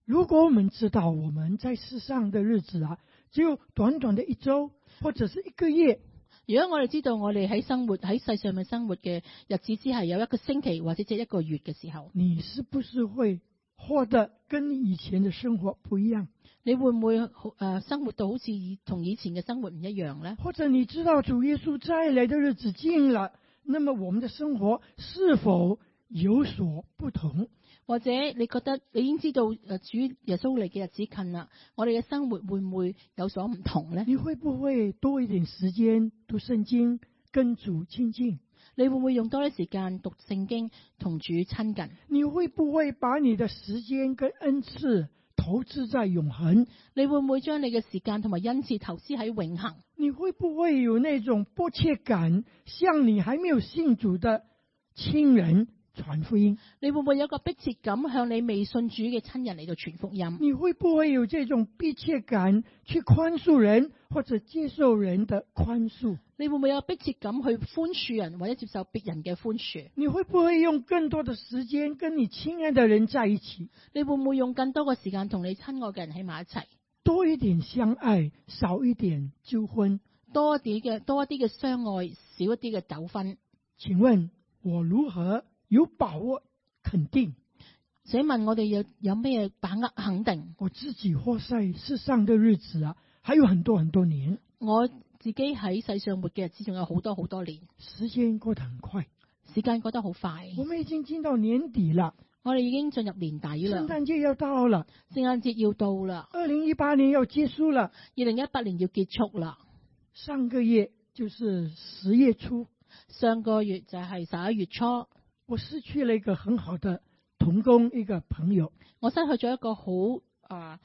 S2: 如果我们知道我们在世上的日子啊，只有短短的一周或者是一个月，
S3: 如果我哋知道我哋喺生活喺世上面生活嘅日子只係有一個星期或者只係一個月嘅時候，
S2: 你是不是会活得跟你以前的生活不一样？
S3: 你會唔會好誒生活到好似以同以前嘅生活唔一樣咧？
S2: 或者你知道主耶稣再来的日子近了，那么我们的生活是否有所不同？
S3: 或者你覺得你已經知道誒主耶穌嚟嘅日子近啦，我哋嘅生活會唔會有所唔同呢？
S2: 你会不会多一点时间读圣经，跟主亲近？
S3: 你會唔會用多啲時間讀聖經同主親近？
S2: 你会不会把你的时间跟恩赐投资在永恒？
S3: 你會唔會將你嘅時間同埋恩賜投資喺永恆？
S2: 你会不会有那种迫切感，向你还没有信主的亲人传福音？
S3: 你會唔會有一個迫切感向你未信主嘅親人嚟到傳福音？
S2: 你会不会有这种迫切感去宽恕人或者接受人的宽恕？
S3: 你會唔會有迫切感去寬恕人或者接受別人嘅寬恕？
S2: 你会不会用更多的时间跟你亲爱的人在一起，
S3: 你會唔會用更多嘅時間同你親愛嘅人喺埋一齊？
S2: 多一点相爱，少一点纠纷？
S3: 多一啲嘅多一啲嘅相愛，少一啲嘅糾紛。
S2: 请问我如何有把握肯定
S3: 請問我哋有有咩把握肯定？
S2: 我自己活在世上的日子啊，还有很多很多年，
S3: 我自己喺世上活嘅日子仲有好多好多年，
S2: 时间过得很快，
S3: 時間過得好快。
S2: 我们已经进到年底了，
S3: 我哋已經進入年底啦
S2: 圣，诞节要到了，
S3: 聖誕節要到啦，
S2: 二零一八年要结束了。
S3: 二零一八年要結束啦。
S2: 上个月就是十月初，
S3: 上個月就係十一月初，
S2: 我失去了一个很好的同工，一个朋友，
S3: 我失去咗一個好啊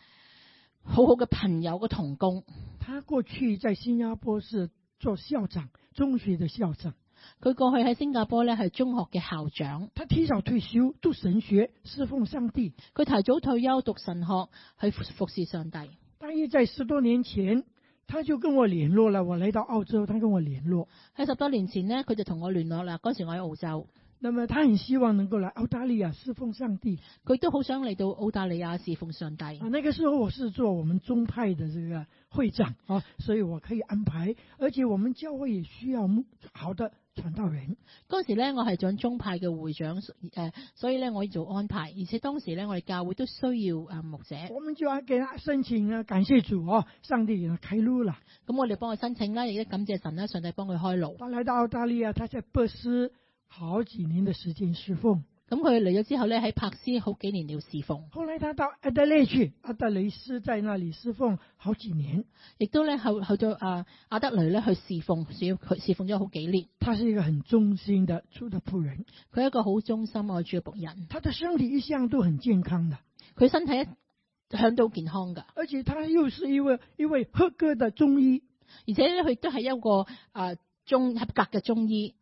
S3: 好好嘅朋友嘅同工。
S2: 他过去在新加坡是做校长，中学的校长，
S3: 佢過去喺新加坡咧係中學嘅校長，
S2: 他提早退休，读神学，侍奉上帝。
S3: 佢提早退休讀神學，去服侍上帝。
S2: 大约在十多年前，他就跟我联络了。我来到澳洲，他跟我联络。
S3: 喺十多年前呢，佢就同我聯絡啦。嗰時我喺澳洲，
S2: 那么他很希望能够来澳大利亚侍奉上帝
S3: 佢都好想嚟到澳大利亞侍奉上帝。
S2: 啊。那个时候我是做我们宗派的这个会长啊，所以我可以安排，而且我们教会也需要牧好的传道人。
S3: 嗰時咧，我係長宗派嘅會長，誒、所以咧我要做安排，而且當時咧我哋教會都需要誒牧者，
S2: 我们就要给他申请啊，感谢主啊，上帝给他开路了。
S3: 咁我哋幫佢申請啦，亦都感謝神啦，上帝幫佢開路。
S2: 他来到澳大利亚，他在波斯好几年的时间侍奉。
S3: 咁佢嚟咗之後咧，喺柏斯好幾年了侍奉，
S2: 后来他到阿德雷去，阿德雷斯在那里侍奉好几年。
S3: 亦都咧後後到啊阿德雷咧去侍奉，主要佢侍奉咗好幾年。
S2: 他是一个很忠心的主的仆人，
S3: 佢係一個好忠心愛主嘅仆人，
S2: 他的身体一向都很健康的，
S3: 佢身體一向都健康㗎，
S2: 而且他又是一位一位合格的中医，
S3: 而且咧佢都係一個啊、中合格嘅中醫。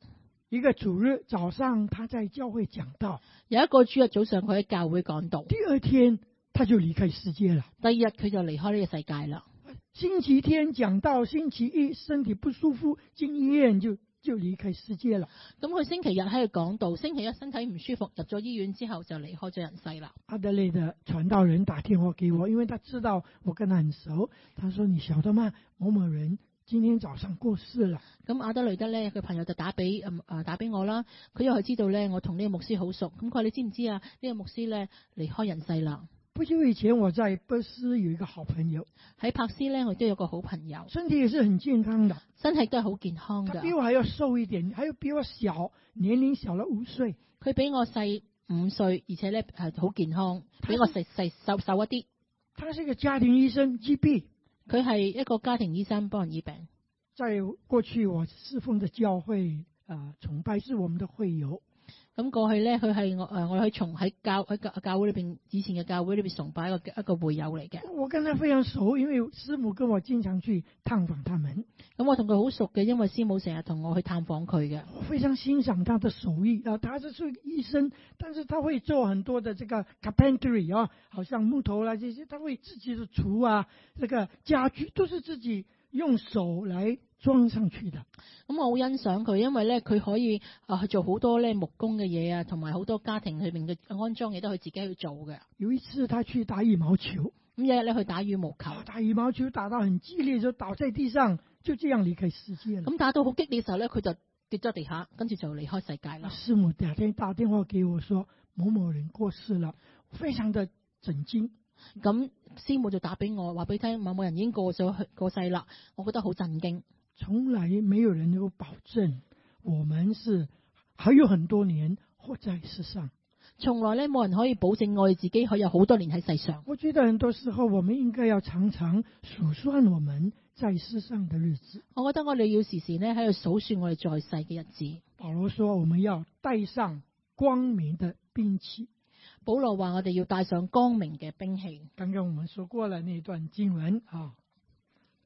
S2: 一个主日早上他在教会讲道，
S3: 有一個主日早上佢喺教會講道，
S2: 第二天他就离开世界了。
S3: 第二日佢就離開呢個世界啦。
S2: 星期天讲道，星期一身体不舒服进医院就就离开世界了。
S3: 咁佢星期日喺度講道，星期一身體唔舒服入咗醫院之後就離開咗人世啦。
S2: 阿德雷的传道人打电话给我，因为他知道我跟他很熟，他说：“你晓得吗？某某人今天早上过世了。”
S3: 咁阿德雷德咧，佢朋友就打俾嗯啊打俾我啦。佢因為佢知道咧，我同呢個牧師好熟。咁佢話：你知唔知啊？呢、個牧師咧離開人世啦。
S2: 不久以前，我在波斯有一个好朋友，
S3: 喺柏斯咧，我都有個好朋友，
S2: 身体也是很健康的，
S3: 身體都係好健康
S2: 他比
S3: 㗎。
S2: 我还要瘦一点，还有比我小，年龄小了五岁。
S3: 佢比我細五歲，而且咧係好健康，比我細細瘦瘦一啲。
S2: 他是一个家庭医生，GB。
S3: 佢係一個家庭醫生，幫人醫病。
S2: 在过去我侍奉的教会啊、崇拜是我们的会友。
S3: 咁過去咧，佢係我誒我哋去從喺教喺教教會裏邊以前嘅教會裏邊崇拜一個一個會友嚟嘅。
S2: 我跟他非常熟，因为师母跟我经常去探访他们，
S3: 咁我同佢好熟嘅，因為師母成日同我去探訪佢嘅。
S2: 我非常欣赏他的手艺啊。他是是医生，但是他会做很多的这个 carpentry 啊，好像木头啦、这些，他会自己的厨啊，这个家具都是自己用手来装上去的。
S3: 咁我好欣賞佢，因為咧佢可以啊去做好多咧木工嘅嘢啊，同埋好多家庭裏面嘅安裝嘢都係佢自己去做嘅。
S2: 有一次他去打羽毛球，
S3: 咁有一日咧去打羽毛球，
S2: 啊，打羽毛球打到很激烈，就倒在地上，就这样离开世界了。
S3: 咁打到好激烈嘅時候咧，佢就跌咗地下，跟住就離開世界啦。
S2: 师母打天打电话给我说，某某人过世了，我非常的震惊。
S3: 咁師母就打俾我，話俾聽某某人已經過咗去過世啦，我覺得好震驚。
S2: 从来没有人能够保证我们是还有很多年活在世上。
S3: 從來咧冇人可以保證我哋自己可以有好多年喺世上。
S2: 我觉得很多时候我们应该要常常数算我们在世上的日子。
S3: 我覺得我哋要時時咧喺度數算我哋在世嘅日子。
S2: 保罗说，我们要带上光明的兵器。
S3: 保羅話：我哋要帶上光明嘅兵器。
S2: 刚刚我们说过了那一段经文啊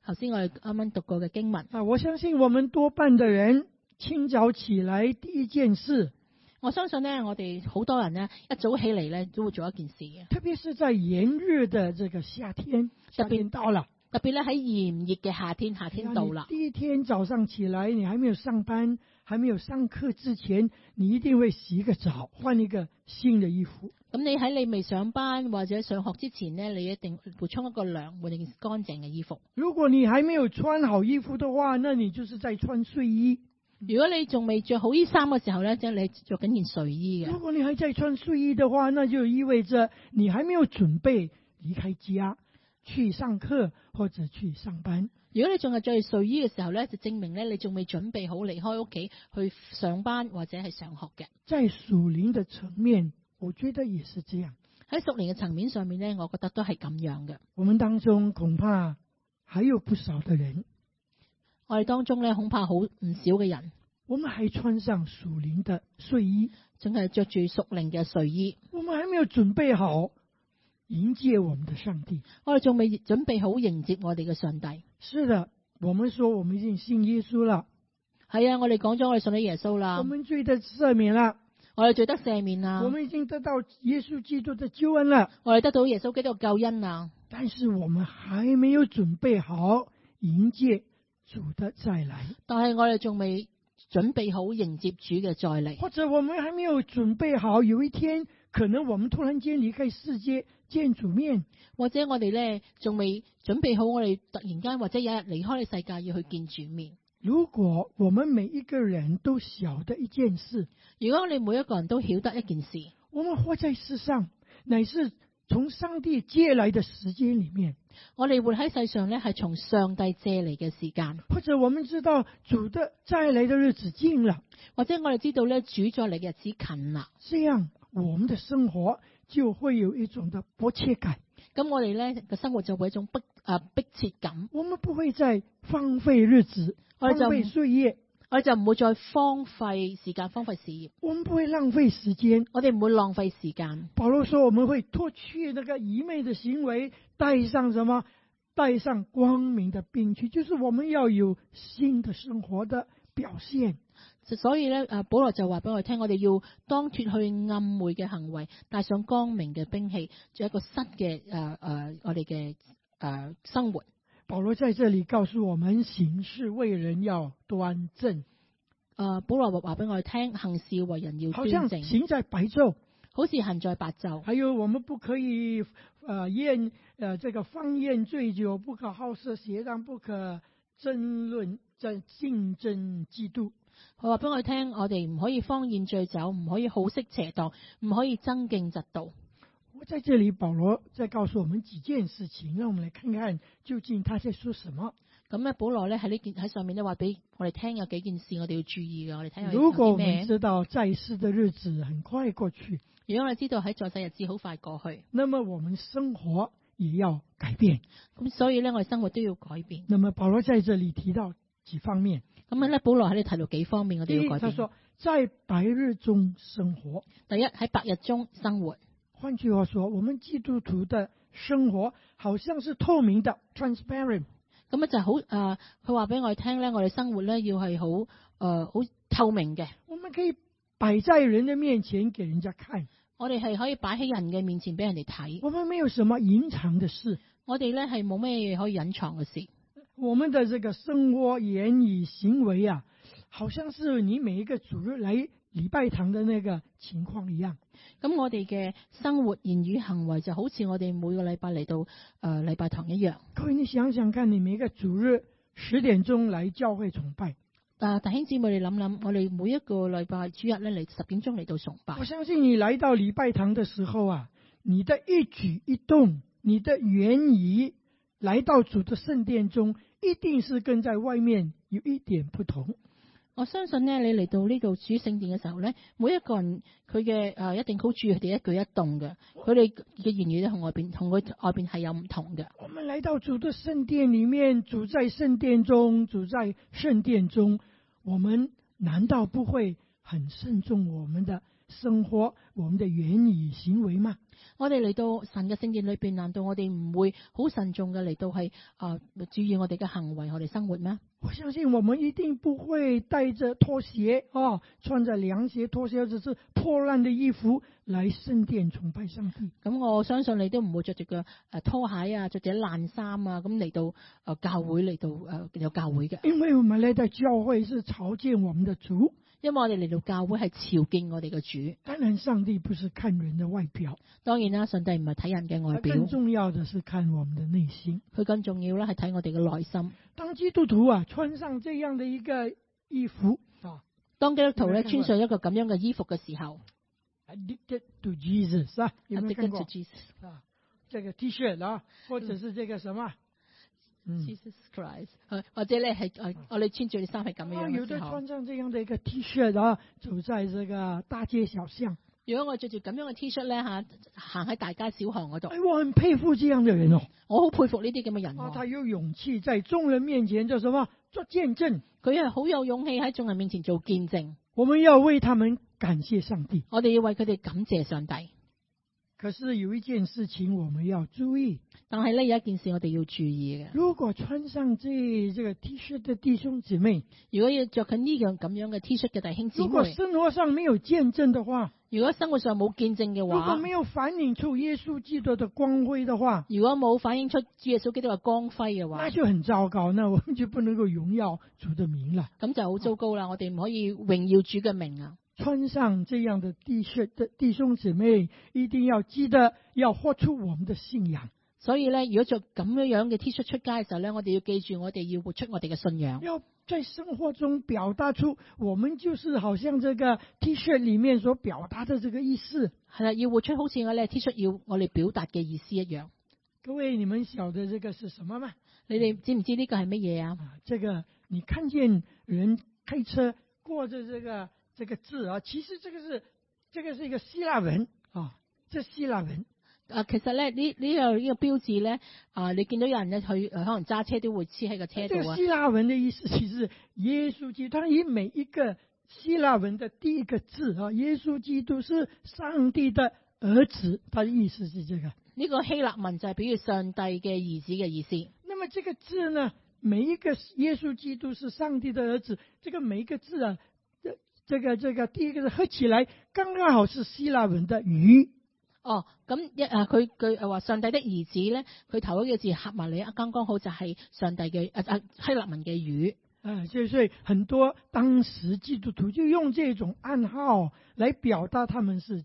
S3: 頭先我哋啱啱讀過嘅經文，
S2: 啊，我相信我们多半的人清早起来第一件事，
S3: 我相信呢，我哋好多人呢，一早起嚟呢，都會做一件事嘅，
S2: 特别是在炎热的这个夏天，夏天到了，
S3: 特別咧喺炎熱嘅夏天，夏天到
S2: 那
S3: 啦
S2: 你。第一天早上起来，你还没有上班，还没有上课之前，你一定会洗个澡，换一个新的衣服。
S3: 咁你喺你未上班或者上學之前呢，你一定會沖一個涼，換一件乾淨嘅衣服。
S2: 如果你还没有穿好衣服的话，那你就是在穿睡衣；
S3: 如果你仲未着好衣衫嘅時候呢，即係你着緊件睡衣
S2: 如
S3: 嘅。
S2: 果你还在穿睡衣的话，那就意味着你还没有准备离开家去上课或者去上班。
S3: 如果你仲係着住睡衣嘅時候呢，就證明呢，你仲未準備好離開屋企去上班或者係上學嘅。
S2: 在属灵的层面，我觉得也是这样。
S3: 喺熟年嘅層面上面呢，我覺得都係咁樣嘅。
S2: 我们当中恐怕还有不少的人，
S3: 我哋當中呢，恐怕好唔少嘅人，
S2: 我们还穿上属灵的睡衣，
S3: 仲係着住熟齡嘅睡衣，
S2: 我们还没有准备好迎接我们的上帝。
S3: 我哋仲未準備好迎接我哋嘅上帝。
S2: 是的，我们说我们已经信耶稣了，
S3: 係啊，我哋講咗我哋信咗耶穌啦
S2: 我，们罪得赦免了，
S3: 我哋罪得赦免啦
S2: 我，们已经得到耶稣基督的救恩了，
S3: 我哋得到耶穌基督嘅救恩啊啦。
S2: 但是我们还没有准备好迎接主的再来，
S3: 但係我哋仲未準備好迎接主嘅再嚟，
S2: 或者我们还没有准备好有一天可能我们突然间离开世界见主面。
S3: 或者我哋呢仲未準備好，我哋突然間或者有一日離開呢世界要去見主面。
S2: 如果我们每一个人都晓得一件事，
S3: 如果我哋每一個人都曉得一件事，
S2: 我们活在世上乃是从上帝借来的时间里面，
S3: 我哋活喺世上呢，係從上帝借嚟嘅時間。
S2: 或者我们知道主的再来的日子近了，
S3: 或者我哋知道咧，主再嚟嘅日子近啦，
S2: 这样我们的生活就会有一种的迫切感，
S3: 咁我哋咧嘅生活就會有一種迫啊迫切感，
S2: 我们不会再放费日子、
S3: 我
S2: 浪费
S3: 哋就
S2: 岁月，
S3: 我哋就唔會再荒廢時間、荒廢事業，
S2: 我们不会浪费时间。
S3: 我哋唔會浪費時間。
S2: 保罗说，我们会脱去那个愚昧的行为，带上什么？带上光明的兵器，就是我们要有新的生活的表现。
S3: 所以咧，啊保羅就話俾我哋聽，我哋要當脱去暗昧嘅行為，帶上光明嘅兵器，做一個新嘅誒誒我哋嘅誒生活。
S2: 保罗在这里告诉我们，行事为人要端正，
S3: 誒、啊保羅話俾我哋聽，行事為人要
S2: 好
S3: 端
S2: 像
S3: 正，
S2: 行在白昼。
S3: 好似行在白晝。
S2: 还有，我们不可以呃宴呃这个放宴醉酒，不可好色邪荡，不可争论、在竞争、嫉妒。
S3: 佢話俾我哋聽，我哋唔可以荒宴醉酒，唔可以好色邪蕩，唔可以爭競嫉妒。
S2: 我在这里，保罗在告诉我们几件事情，让我们来看看究竟他在说什么。
S3: 咁咧，保羅咧喺呢件喺上面咧話俾我哋聽有幾件事我哋要注意嘅，我哋睇下有
S2: 如果
S3: 啲
S2: 我们
S3: 咩。
S2: 知道在世的日子很快过去，
S3: 如果我哋知道喺在世日子好快過去，
S2: 那么我们生活也要改變。
S3: 咁所以咧我哋生活都要改變。
S2: 那么保罗在这里提到几方面。
S3: 咁啊咧，保羅喺你提到幾方面我
S2: 第
S3: 哋
S2: 一，
S3: 要改
S2: 他
S3: 變。
S2: 说在白日中生活。
S3: 第一喺白日中生活，
S2: 换句话说，我们基督徒的生活好像是透明的 （transparent），
S3: 咁咧就好誒，呃佢話俾我哋聽咧，我哋生活咧要係好誒好透明嘅，
S2: 我们可以摆在人的面前给人家看。
S3: 我哋係可以擺喺人嘅面前俾人哋睇，
S2: 我们没有什么隐藏的事，
S3: 我哋咧係冇咩嘢可以隱藏嘅事。
S2: 我们的这个生活、言语、行为啊，好像是你每一个主日来礼拜堂的那个情况一样。
S3: 咁我哋嘅生活、言語、行為就好似我哋每個禮拜嚟到誒禮拜堂一樣。
S2: 各位，你想想看，你每一个主日十点钟来教会崇拜，
S3: 啊，弟兄姊妹，你諗諗，我哋每一個禮拜主日咧嚟十點鐘嚟到崇拜
S2: 我，相信你来到礼拜堂的时候啊，你的一举一动，你的言语，来到主的圣殿中，一定是跟在外面有一点不同。
S3: 我相信呢，你嚟到呢度主聖殿嘅時候呢，每一個人佢嘅誒一定好注意佢哋一舉一動嘅，佢哋嘅言語咧同外邊同佢外邊係有唔同嘅。
S2: 我们来到主的圣殿里面，主在圣殿中，主在圣殿中，我们难道不会很慎重我们的生活、我们的言语行为吗？
S3: 我哋嚟到神嘅聖殿裏边，難道我哋唔會好慎重嘅嚟到係啊、注意我哋嘅行為、我哋生活咩？
S2: 我相信我们一定不会带着拖鞋啊、穿着凉鞋、拖鞋或者是破烂的衣服来圣殿崇拜上帝。
S3: 咁我相信你都唔會着住嘅诶拖鞋啊，着住啲爛衫啊，咁嚟到诶教會嚟到诶有教會嘅，
S2: 因为我们来到教会是朝见我们的主，
S3: 因為我哋嚟到教會係朝見我哋嘅主。
S2: 当然上帝不是看人的外表，
S3: 當然啦，上帝唔係睇人嘅
S2: 他
S3: 外表，
S2: 更重要的是看我们的内心。
S3: 佢更重要啦係睇我哋嘅內心。
S2: 当基督徒啊穿上这样的一个衣服啊
S3: 當基督徒咧
S2: 你有冇睇過
S3: 穿上一個咁樣嘅衣服嘅時候
S2: 啊，addicted to Jesus 啊，有没有看
S3: ，addicted to
S2: 过
S3: Jesus,
S2: 啊？这个 T 恤啊，或者是这个什么，嗯，
S3: Jesus Christ，係或者咧係呃我哋穿住啲衫係咁
S2: 啊
S3: 樣樣
S2: 有
S3: 嘅時
S2: 的
S3: 候。
S2: 穿上这样的一个 T 恤啊，走在这个大街小巷，
S3: 如果我着住咁樣嘅 T 恤咧吓，行喺大街小巷嗰度
S2: 哎，，我很佩服这样的人哦，
S3: 我好佩服呢啲咁嘅人
S2: 啊，
S3: 喎。
S2: 他有勇气在众人面前叫什么做见证。
S3: 佢係好有勇氣喺眾人面前做見證，
S2: 我们要为他们感谢上帝。
S3: 我哋要為佢哋感謝上帝。
S2: 可是有一件事情我们要注意：
S3: 但係呢，有一件事我哋要注意嘅，
S2: 如果穿上这这个 T 恤的弟兄姊妹，
S3: 如果要着緊呢樣咁樣嘅 T 恤嘅弟兄姊
S2: 如果
S3: 妹，
S2: 生活上没有见证的话，
S3: 如果生活上冇見證嘅
S2: 如果
S3: 話，
S2: 没有反映出耶稣基督的光辉的话，
S3: 如果冇反映出主耶穌基督嘅光輝嘅話
S2: 那，就很糟糕，那我们就不能够荣耀主的名了。
S3: 咁就好糟糕啦！我哋唔可以榮耀主嘅名啊！
S2: 穿上这样的 T 恤的弟兄姊妹，一定要记得要活出我们的信仰，
S3: 所以呢，如果着咁樣樣嘅 T 恤出街嘅時候呢，我哋要記住，我哋要活出我哋嘅信仰。
S2: 要在生活中表达出我们就是好像这个 T 恤里面所表达的这个意思。
S3: 係啦，要活出好似我哋 T 恤要我哋表達嘅意思一樣。
S2: 各位，你们晓得这个是什么吗？
S3: 你哋知唔知呢個係乜嘢啊？
S2: 啊，这个你看见人开车过着这个这个字啊，其实这个是这个是一个希腊文啊，这希腊文
S3: 啊，其實咧呢呢、個呢、個標誌咧，啊，你見到有人咧佢可能揸車都會黐喺個車
S2: 这
S3: 度
S2: 个
S3: 啊。
S2: 希腊文的意思其实耶稣基督，它以每一个希腊文的第一个字啊，耶稣基督是上帝的儿子，它的意思是这个。
S3: 呢、個希臘文就係表示上帝嘅兒子嘅意思。
S2: 那么这个字呢，每一个耶稣基督是上帝的儿子，这个每一个字啊，这这个这个第一个字合起来刚刚好是希腊文的鱼，
S3: 哦，咁一啊，佢佢話上帝的兒子咧，佢頭一個字合埋你，剛剛好就係上帝嘅啊啊希臘文嘅語。
S2: 啊、所以所以很多当时基督徒就用这种暗号来表达他们是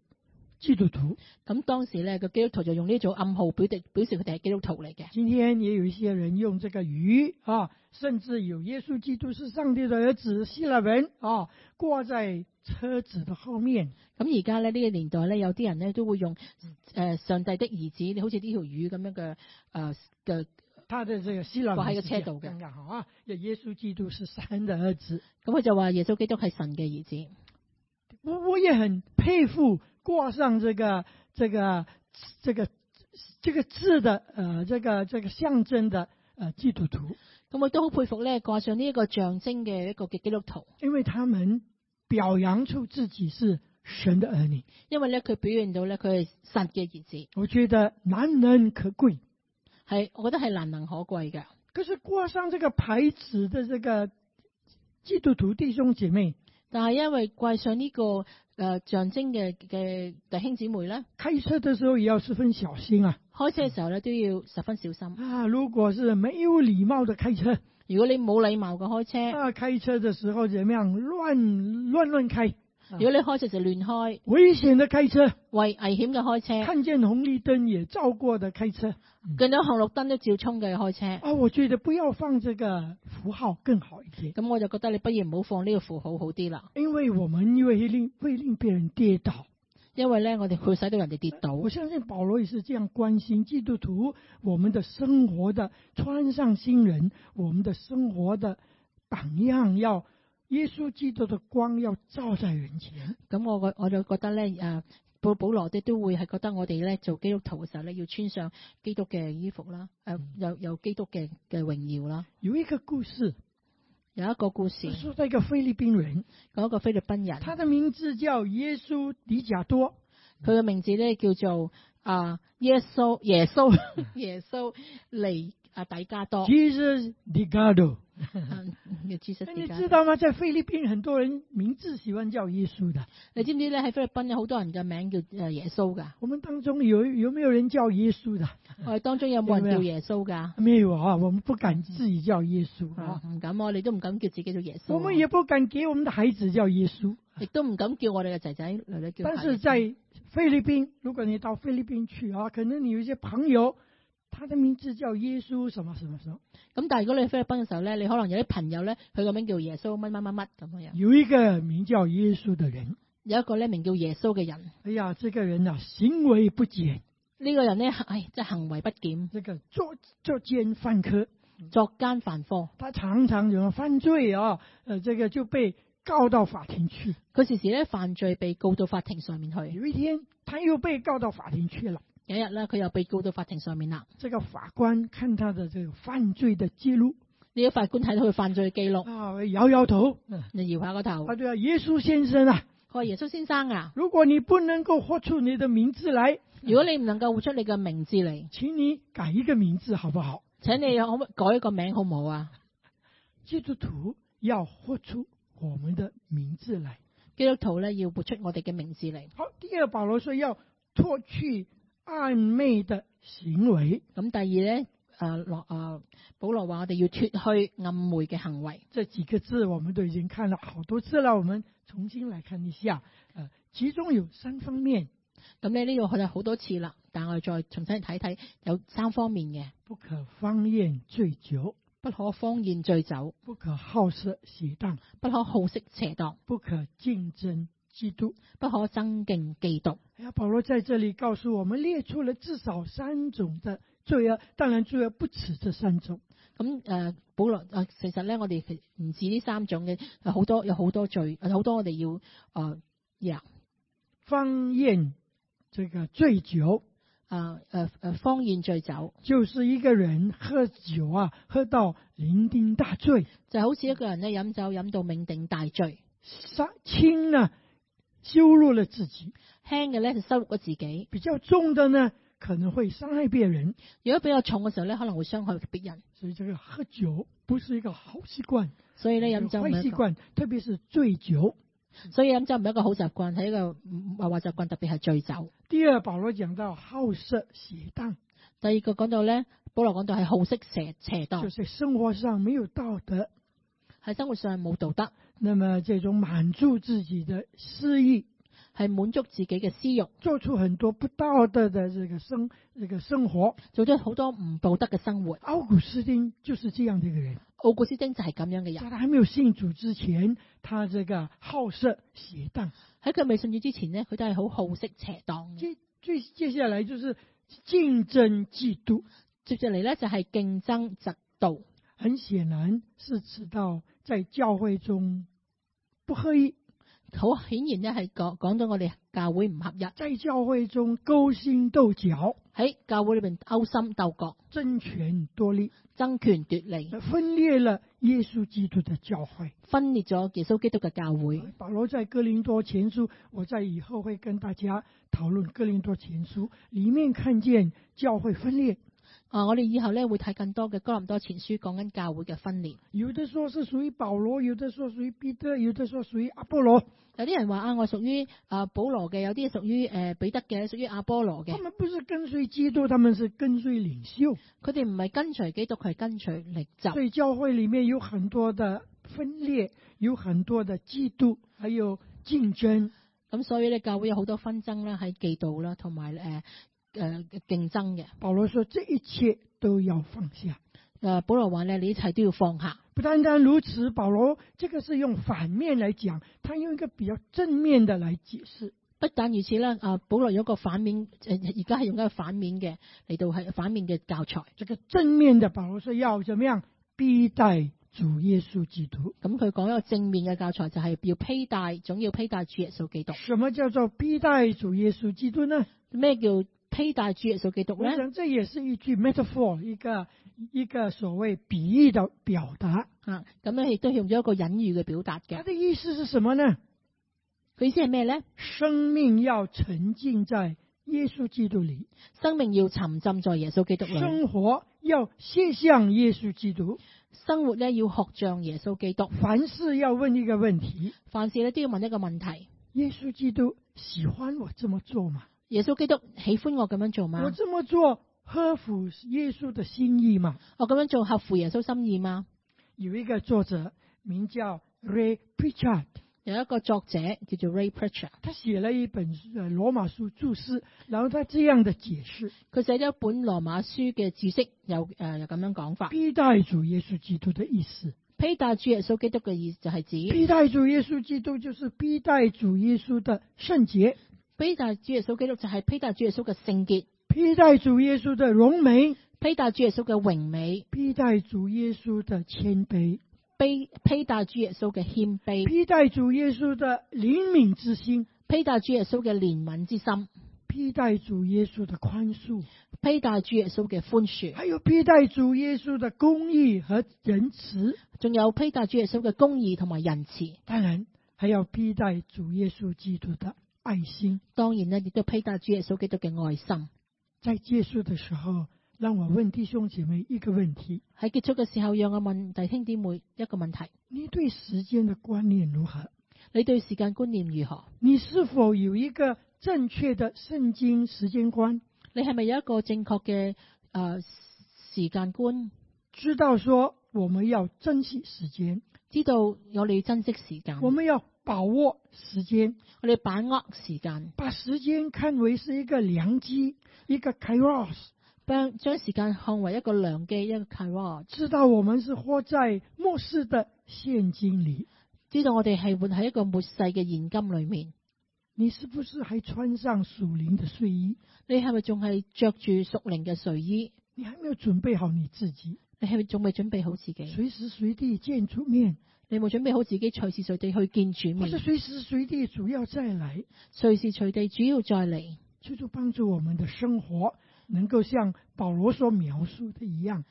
S2: 基督徒。
S3: 咁當時咧，個基督徒就用呢組暗號表達表示佢哋係基督徒嚟嘅。
S2: 今天也有一些人用这个鱼啊，甚至有耶稣基督是上帝的儿子希腊文啊，挂在车子的后面。
S3: 咁而家咧呢、個年代咧，有啲人咧都會用誒、呃上帝的兒子，你好似呢條魚咁樣嘅誒嘅。
S2: 他的这个希腊
S3: 挂喺
S2: 文
S3: 个
S2: 是这
S3: 车度
S2: 样刚
S3: 嘅
S2: 刚好啊，耶稣基督是神的儿子，
S3: 咁佢就話耶穌基督係神嘅兒子。
S2: 我我也很佩服挂上这个这个这个这个字的呃这个这个象征的呃基督徒，
S3: 咁我都好佩服咧，掛上呢一個象徵嘅一個嘅基督徒，
S2: 因为他们表扬出自己是神的儿女，
S3: 因為咧佢表現到咧佢係神嘅兒子，
S2: 我觉得难能可贵。
S3: 係我覺得係難能可貴嘅。
S2: 可是挂上这个牌子的这个基督徒弟兄姐妹，
S3: 但係因為掛上呢、個誒、呃象徵嘅嘅弟兄姊妹咧，
S2: 开车的时候也要十分小心啊
S3: 開車嘅時候咧都要十分小心。
S2: 啊！如果是没有礼貌的开车。
S3: 如果你冇禮貌嘅開車，
S2: 那开车的时候怎么样？乱乱乱开，
S3: 如果你開車就亂開，
S2: 危险的开车，
S3: 為危險嘅開車，
S2: 看见红绿灯也照过的开车
S3: 見到紅綠燈都照衝嘅開車，
S2: 啊！我觉得不要放这个符号更好一点，
S3: 咁我就覺得你不如唔好放呢個符號好啲啦，
S2: 因为我们因为会令会令别人跌倒。
S3: 因為咧我哋會使到人哋跌倒。
S2: 我相信保罗也是这样关心基督徒我们的生活的，穿上新人，我们的生活的榜样要耶稣基督的光要照在人前。
S3: 咁我個我就覺得咧，誒、保保羅啲都會係覺得我哋咧做基督徒嘅時候咧，要穿上基啊督嘅衣服啦，誒、有有基督嘅嘅榮耀啦。
S2: 有一个故事，
S3: 有一個故事
S2: 是，嗯说到一个菲律宾人，
S3: 講一個菲律賓人，
S2: 嗯他的名字叫耶稣迪贾多，
S3: 佢嘅名字咧叫做啊耶穌耶穌耶穌尼啊底加多
S2: 哦 Jesus d i g a d o
S3: 嗯嘅 Jesus
S2: 那你
S3: 底加
S2: 知
S3: 多。
S2: 道吗？在菲律宾很多人名字喜欢叫耶稣的，
S3: 你知唔知咧喺菲律賓有好多人嘅名叫诶耶穌 㗎？
S2: 我们当中有有没有人叫耶稣的？
S3: 我哋當中有冇人
S2: 有
S3: 叫
S2: 咩
S3: 耶穌㗎？
S2: 没有啊，我们不敢自己叫耶稣
S3: 啊
S2: 啊，
S3: 唔敢，我哋都唔敢叫自己做耶
S2: 我们也
S3: 穌，
S2: 不敢给我们的孩子叫耶稣。
S3: 亦都唔敢叫我哋嘅仔仔女女叫
S2: 但
S3: 下
S2: 是
S3: 耶穌。
S2: 在菲律宾，如果你到菲律宾去啊，可能你有一些朋友，他的名字叫耶稣什么什么什么。
S3: 咁但係如果你去菲律賓嘅時候咧，你可能有啲朋友咧，佢個名叫耶穌乜乜乜乜咁樣，
S2: 有一个名叫耶稣的人，
S3: 有一個咧名叫耶穌嘅人，
S2: 哎呀，这个人呐、行为不检，
S3: 呢、個人咧，唉，真係行為不檢，
S2: 这个作作奸犯科，
S3: 作奸犯科，
S2: 他常常有犯罪啊，呃，这个就被告到法庭去。
S3: 佢時時咧犯罪被告到法庭上面去。
S2: 有一天，他又被告到法庭去了。
S3: 有一日咧，佢又被告到法庭上面啦。
S2: 这个法官看他的这个犯罪的记录
S3: 呢個法官睇到佢犯罪 記錄，
S2: 啊，摇摇头，
S3: 你搖下個頭，
S2: 啊，对啊，耶稣先生啊，
S3: 佢話：耶穌先生啊，
S2: 如果你不能够活出你的名字来，
S3: 如果你唔能夠活出你嘅名字嚟，
S2: 请你改一个名字好不好？
S3: 請你可唔可以改一個名好唔好啊？
S2: 基督徒要活出我们的名字来。
S3: 基督徒咧要活出我哋嘅名字嚟。
S2: 好，第二，保罗说要脱去暧昧的行为，
S3: 咁第二咧，誒落誒保羅話我哋要脱去暗昧嘅行為。
S2: 这几个字我们都已经看了好多次了，我们重新来看一下。呃，其中有三方面
S3: 咁咧呢度去咗好多次啦，但我哋再重新睇睇，有三方面嘅：
S2: 不可方言醉酒，
S3: 不可荒宴醉酒，
S2: 不可好色邪荡，
S3: 不可好色邪蕩，
S2: 不可竞争嫉妒。
S3: 不可爭競嫉妒。
S2: 哎呀，保罗在这里告诉我们，列出了至少三种的罪恶，当然罪恶不止这三种。
S3: 咁誒、呃保羅誒、呃其實咧，我哋其唔止呢三種嘅，有好多有好多罪，有好多我哋要誒、呃、呀
S2: 方言这个醉酒，
S3: 啊誒誒荒宴醉酒，
S2: 就是一个人喝酒啊，喝到酩酊大醉；
S3: 就好似一個人咧飲酒飲到酩酊大醉，
S2: 杀轻呢，羞辱了自己；
S3: 輕嘅咧就羞辱咗自己，
S2: 比较重的呢，可能会伤害别人。
S3: 如果比較重嘅時候咧，可能會傷害別人。
S2: 所以这个喝酒不是一个好习惯，
S3: 所以咧飲
S2: 是
S3: 酒
S2: 个
S3: 唔
S2: 坏
S3: 係一
S2: 习
S3: 個，
S2: 惯，特别是醉酒。
S3: 所以飲酒唔係一個好習慣，係一個壞習慣，特別係醉酒。
S2: 第二，保羅講到好色邪荡，
S3: 第二個講到咧，保羅講到係好色邪邪
S2: 就
S3: 蕩，
S2: 是生活上没有道德，
S3: 喺生活上冇道德，
S2: 那么这种满足自己的私欲，
S3: 係滿足自己嘅私欲，
S2: 做出很多不道德的这个生这个生活。
S3: 做咗好多唔道德嘅生活。
S2: 奥古斯丁就是这样的一个人，
S3: 奧古斯丁就係咁樣嘅人，
S2: 在他还没有信主之前，他这个好色邪荡。
S3: 喺佢未信主之前咧，佢都係好好色邪蕩嘅。
S2: 接最接下来就是竞争嫉妒，
S3: 接住嚟咧就係競爭嫉妒，
S2: 很显然是知道在教会中不合一，
S3: 好顯然咧係講講到我哋教會唔合一，
S2: 在教会中勾心斗角、
S3: 喺教會裏邊勾心鬥角、
S2: 争权夺利，
S3: 爭權奪利，
S2: 分裂了耶稣基督的教会。
S3: 分裂咗耶穌基督嘅教會。
S2: 保罗在哥林多前书，我在以后会跟大家讨论哥林多前书里面看见教会分裂，
S3: 啊，我哋以後咧會睇更多嘅哥林多前書講緊教會嘅分裂。
S2: 有的说是属于保罗，有的说属于彼得，有的说属于阿波罗，
S3: 有啲人話啊，我屬於啊保羅嘅，有啲屬於誒彼得嘅，屬於阿波羅
S2: 他
S3: 嘅。
S2: 们不是跟随基督，他们是跟随领袖，
S3: 佢哋唔係跟隨基督，佢係跟隨力就。
S2: 所以教会里面有很多的分裂，有很多的嫉妒，还有竞争。
S3: 咁所以咧，教會有好多紛爭啦，喺嫉妒啦，同埋呃誒誒競爭嘅。
S2: 保罗说这一切都要放下。
S3: 誒、啊保羅話咧，你一切都要放下。
S2: 不单单如此，保罗这个是用反面来讲，他用一个比较正面的来解释。
S3: 不但如此啦，啊保羅有一個反面，誒而家係用一個反面嘅嚟到係反面嘅教材。
S2: 这个正面的保罗说要怎么样逼待主耶稣基督？
S3: 咁佢講一個正面嘅教材就係要披戴，總要披戴主耶穌基督。
S2: 什么叫做逼待主耶稣基督呢？
S3: 咩叫披戴主耶穌基督
S2: 我
S3: 咧？
S2: 想这也是一句 metaphor，一个一个所谓比喻的表达。
S3: 啊，咁咧亦都用咗一個隱喻嘅表達
S2: 它
S3: 嘅。
S2: 的意思是什么呢？
S3: 佢意思係咩咧？
S2: 生命要沉浸在耶稣基督里，
S3: 生命要沉浸在耶穌基督裏，
S2: 生活要卸向耶稣基督，
S3: 生活咧要學像耶穌基督，
S2: 凡事要問一个问题：
S3: 凡事咧都要問一個問題：
S2: 耶稣基督喜欢我这么做吗？
S3: 耶穌基督喜歡我咁樣做
S2: 我
S3: 嗎？
S2: 这么做合乎耶稣的心意吗？
S3: 我咁樣做合乎耶穌心意嗎？
S2: 有一个作者名叫 Ray Pritchard，
S3: 有一個作者叫做 Ray Pritchard，
S2: 他写了一本呃罗马书注释，然后他这样的解释：
S3: 佢寫咗一本羅馬書嘅注釋，有誒、呃有咁樣講法。
S2: 披戴主耶稣基督的意思，
S3: 披戴主耶穌基督嘅意思就係指
S2: 披戴主耶稣基督就是披戴主耶稣的圣洁，
S3: 披戴主耶穌基督就係披戴主耶穌嘅聖潔，
S2: 披戴主耶稣的荣美，
S3: 披戴主耶穌嘅榮美，
S2: 披戴主耶稣的谦卑，
S3: 披披戴主耶穌嘅謙卑，
S2: 披戴主耶稣的怜悯之心，
S3: 披戴主耶穌嘅憐憫之心，
S2: 披戴主耶稣的宽恕，
S3: 披戴主耶穌嘅寬恕，
S2: 还有披戴主耶稣的公义和仁慈。
S3: 仲有披戴主耶穌嘅公義同埋仁慈。
S2: 当然还要披戴主耶稣基督的爱心。
S3: 當然咧，亦都披戴主耶穌基督嘅愛心。
S2: 在结束的时候，让我问弟兄姐妹一个问题：
S3: 喺結束嘅時候，讓我問弟兄姊妹一個問題：
S2: 你对时间的观念如何？
S3: 你對時間觀念如何？
S2: 你是否有一个正确的圣经时间观？
S3: 你係咪有一個正確嘅誒時間觀？
S2: 知道说我们要珍惜时间，
S3: 知道我哋要珍惜時間，
S2: 我
S3: 我
S2: 们要把握时间，
S3: 哋把握時間，
S2: 把时间看为是一个良机，一个 kairos，
S3: 將將時間看為一個良機，一個 kairos。
S2: 知道我们是活在末世的现今里。
S3: 知道我哋係活喺一個末世嘅現今裏面。
S2: 你是不是还穿上属灵的睡衣？
S3: 你係咪仲係着住屬靈嘅睡衣？
S2: 你还没有准备好你自己，
S3: 你係咪仲未準備好自己？
S2: 随时随地见主面，
S3: 你有冇準備好自己隨時隨地去見主
S2: 或者
S3: 面？
S2: 随时随地主要再来，
S3: 隨時隨地主要再嚟，
S2: 求主帮助我们的生活能够像保罗所描述的一样，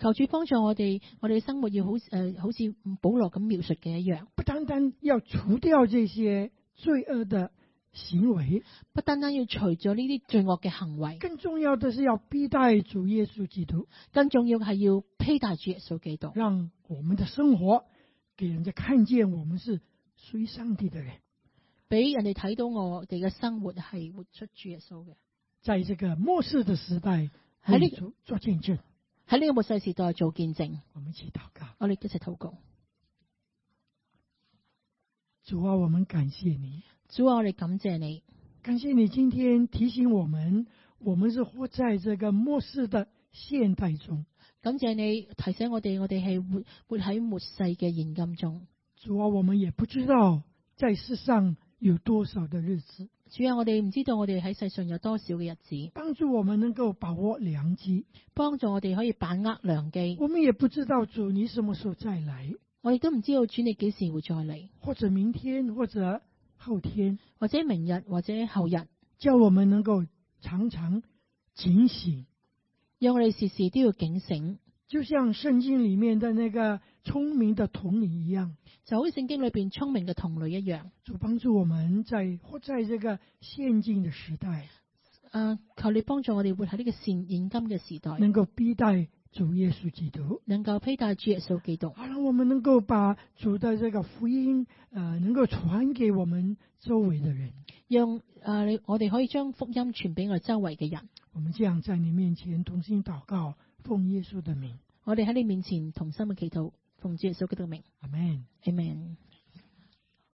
S3: 求主幫助我哋，我哋嘅生活要好誒、呃好似保羅咁描述嘅一樣，
S2: 不单单要除掉这些罪恶的行为，
S3: 不單單要除咗呢啲罪惡嘅行為，
S2: 更重要的是要逼待主耶稣基督，
S3: 更重要係要披戴主耶穌基督。
S2: 让我们的生活给人家看见我们是属于上帝的人。
S3: 俾人哋睇到我哋嘅生活係活出主耶穌嘅。
S2: 在这个末世的时代，
S3: 还
S2: 为
S3: 得
S2: 主做见证。
S3: 喺呢個末世時代做見證，
S2: 我们一起祷告，
S3: 我哋一齊禱告。
S2: 主啊，我们感谢你。
S3: 主啊，我哋感謝你，
S2: 感谢你今天提醒我们，我们是活在这个末世的现代中。
S3: 感謝你提醒我哋，我哋係活活喺末世嘅現今中。
S2: 主啊，我们也不知道在世上有多少的日子，
S3: 主啊，我哋唔知道我哋喺世上有多少嘅日子，
S2: 帮助我们能够把握良机。
S3: 幫助我哋可以把握良機。
S2: 我们也不知道主你什么时候再來，
S3: 我哋都唔知道主你幾時會再嚟，
S2: 或者明天，或者后天，
S3: 或者明日，或者後日，
S2: 叫我们能够常常警醒，
S3: 讓我哋時時都要警醒，
S2: 就像圣经里面的那个聪明的童女一样。
S3: 就好似聖經裏邊聰明嘅童女一樣。
S2: 主帮助我们在活在这个现今的时代。
S3: 啊，求你幫助我哋活喺呢個善現今嘅時代。
S2: 能够逼待主耶稣基督，
S3: 能夠披戴主耶穌基督，
S2: 好让我们能够把主的这个福音，呃，能够传给我们周围的人。
S3: 讓啊你、我哋可以將福音傳俾我哋周圍嘅人。
S2: 我们这样在你面前同心祷告，奉耶稣的名，
S3: 我哋喺你面前同心嘅祈禱，奉主耶穌基督嘅名
S2: 阿门。
S3: ，Amen。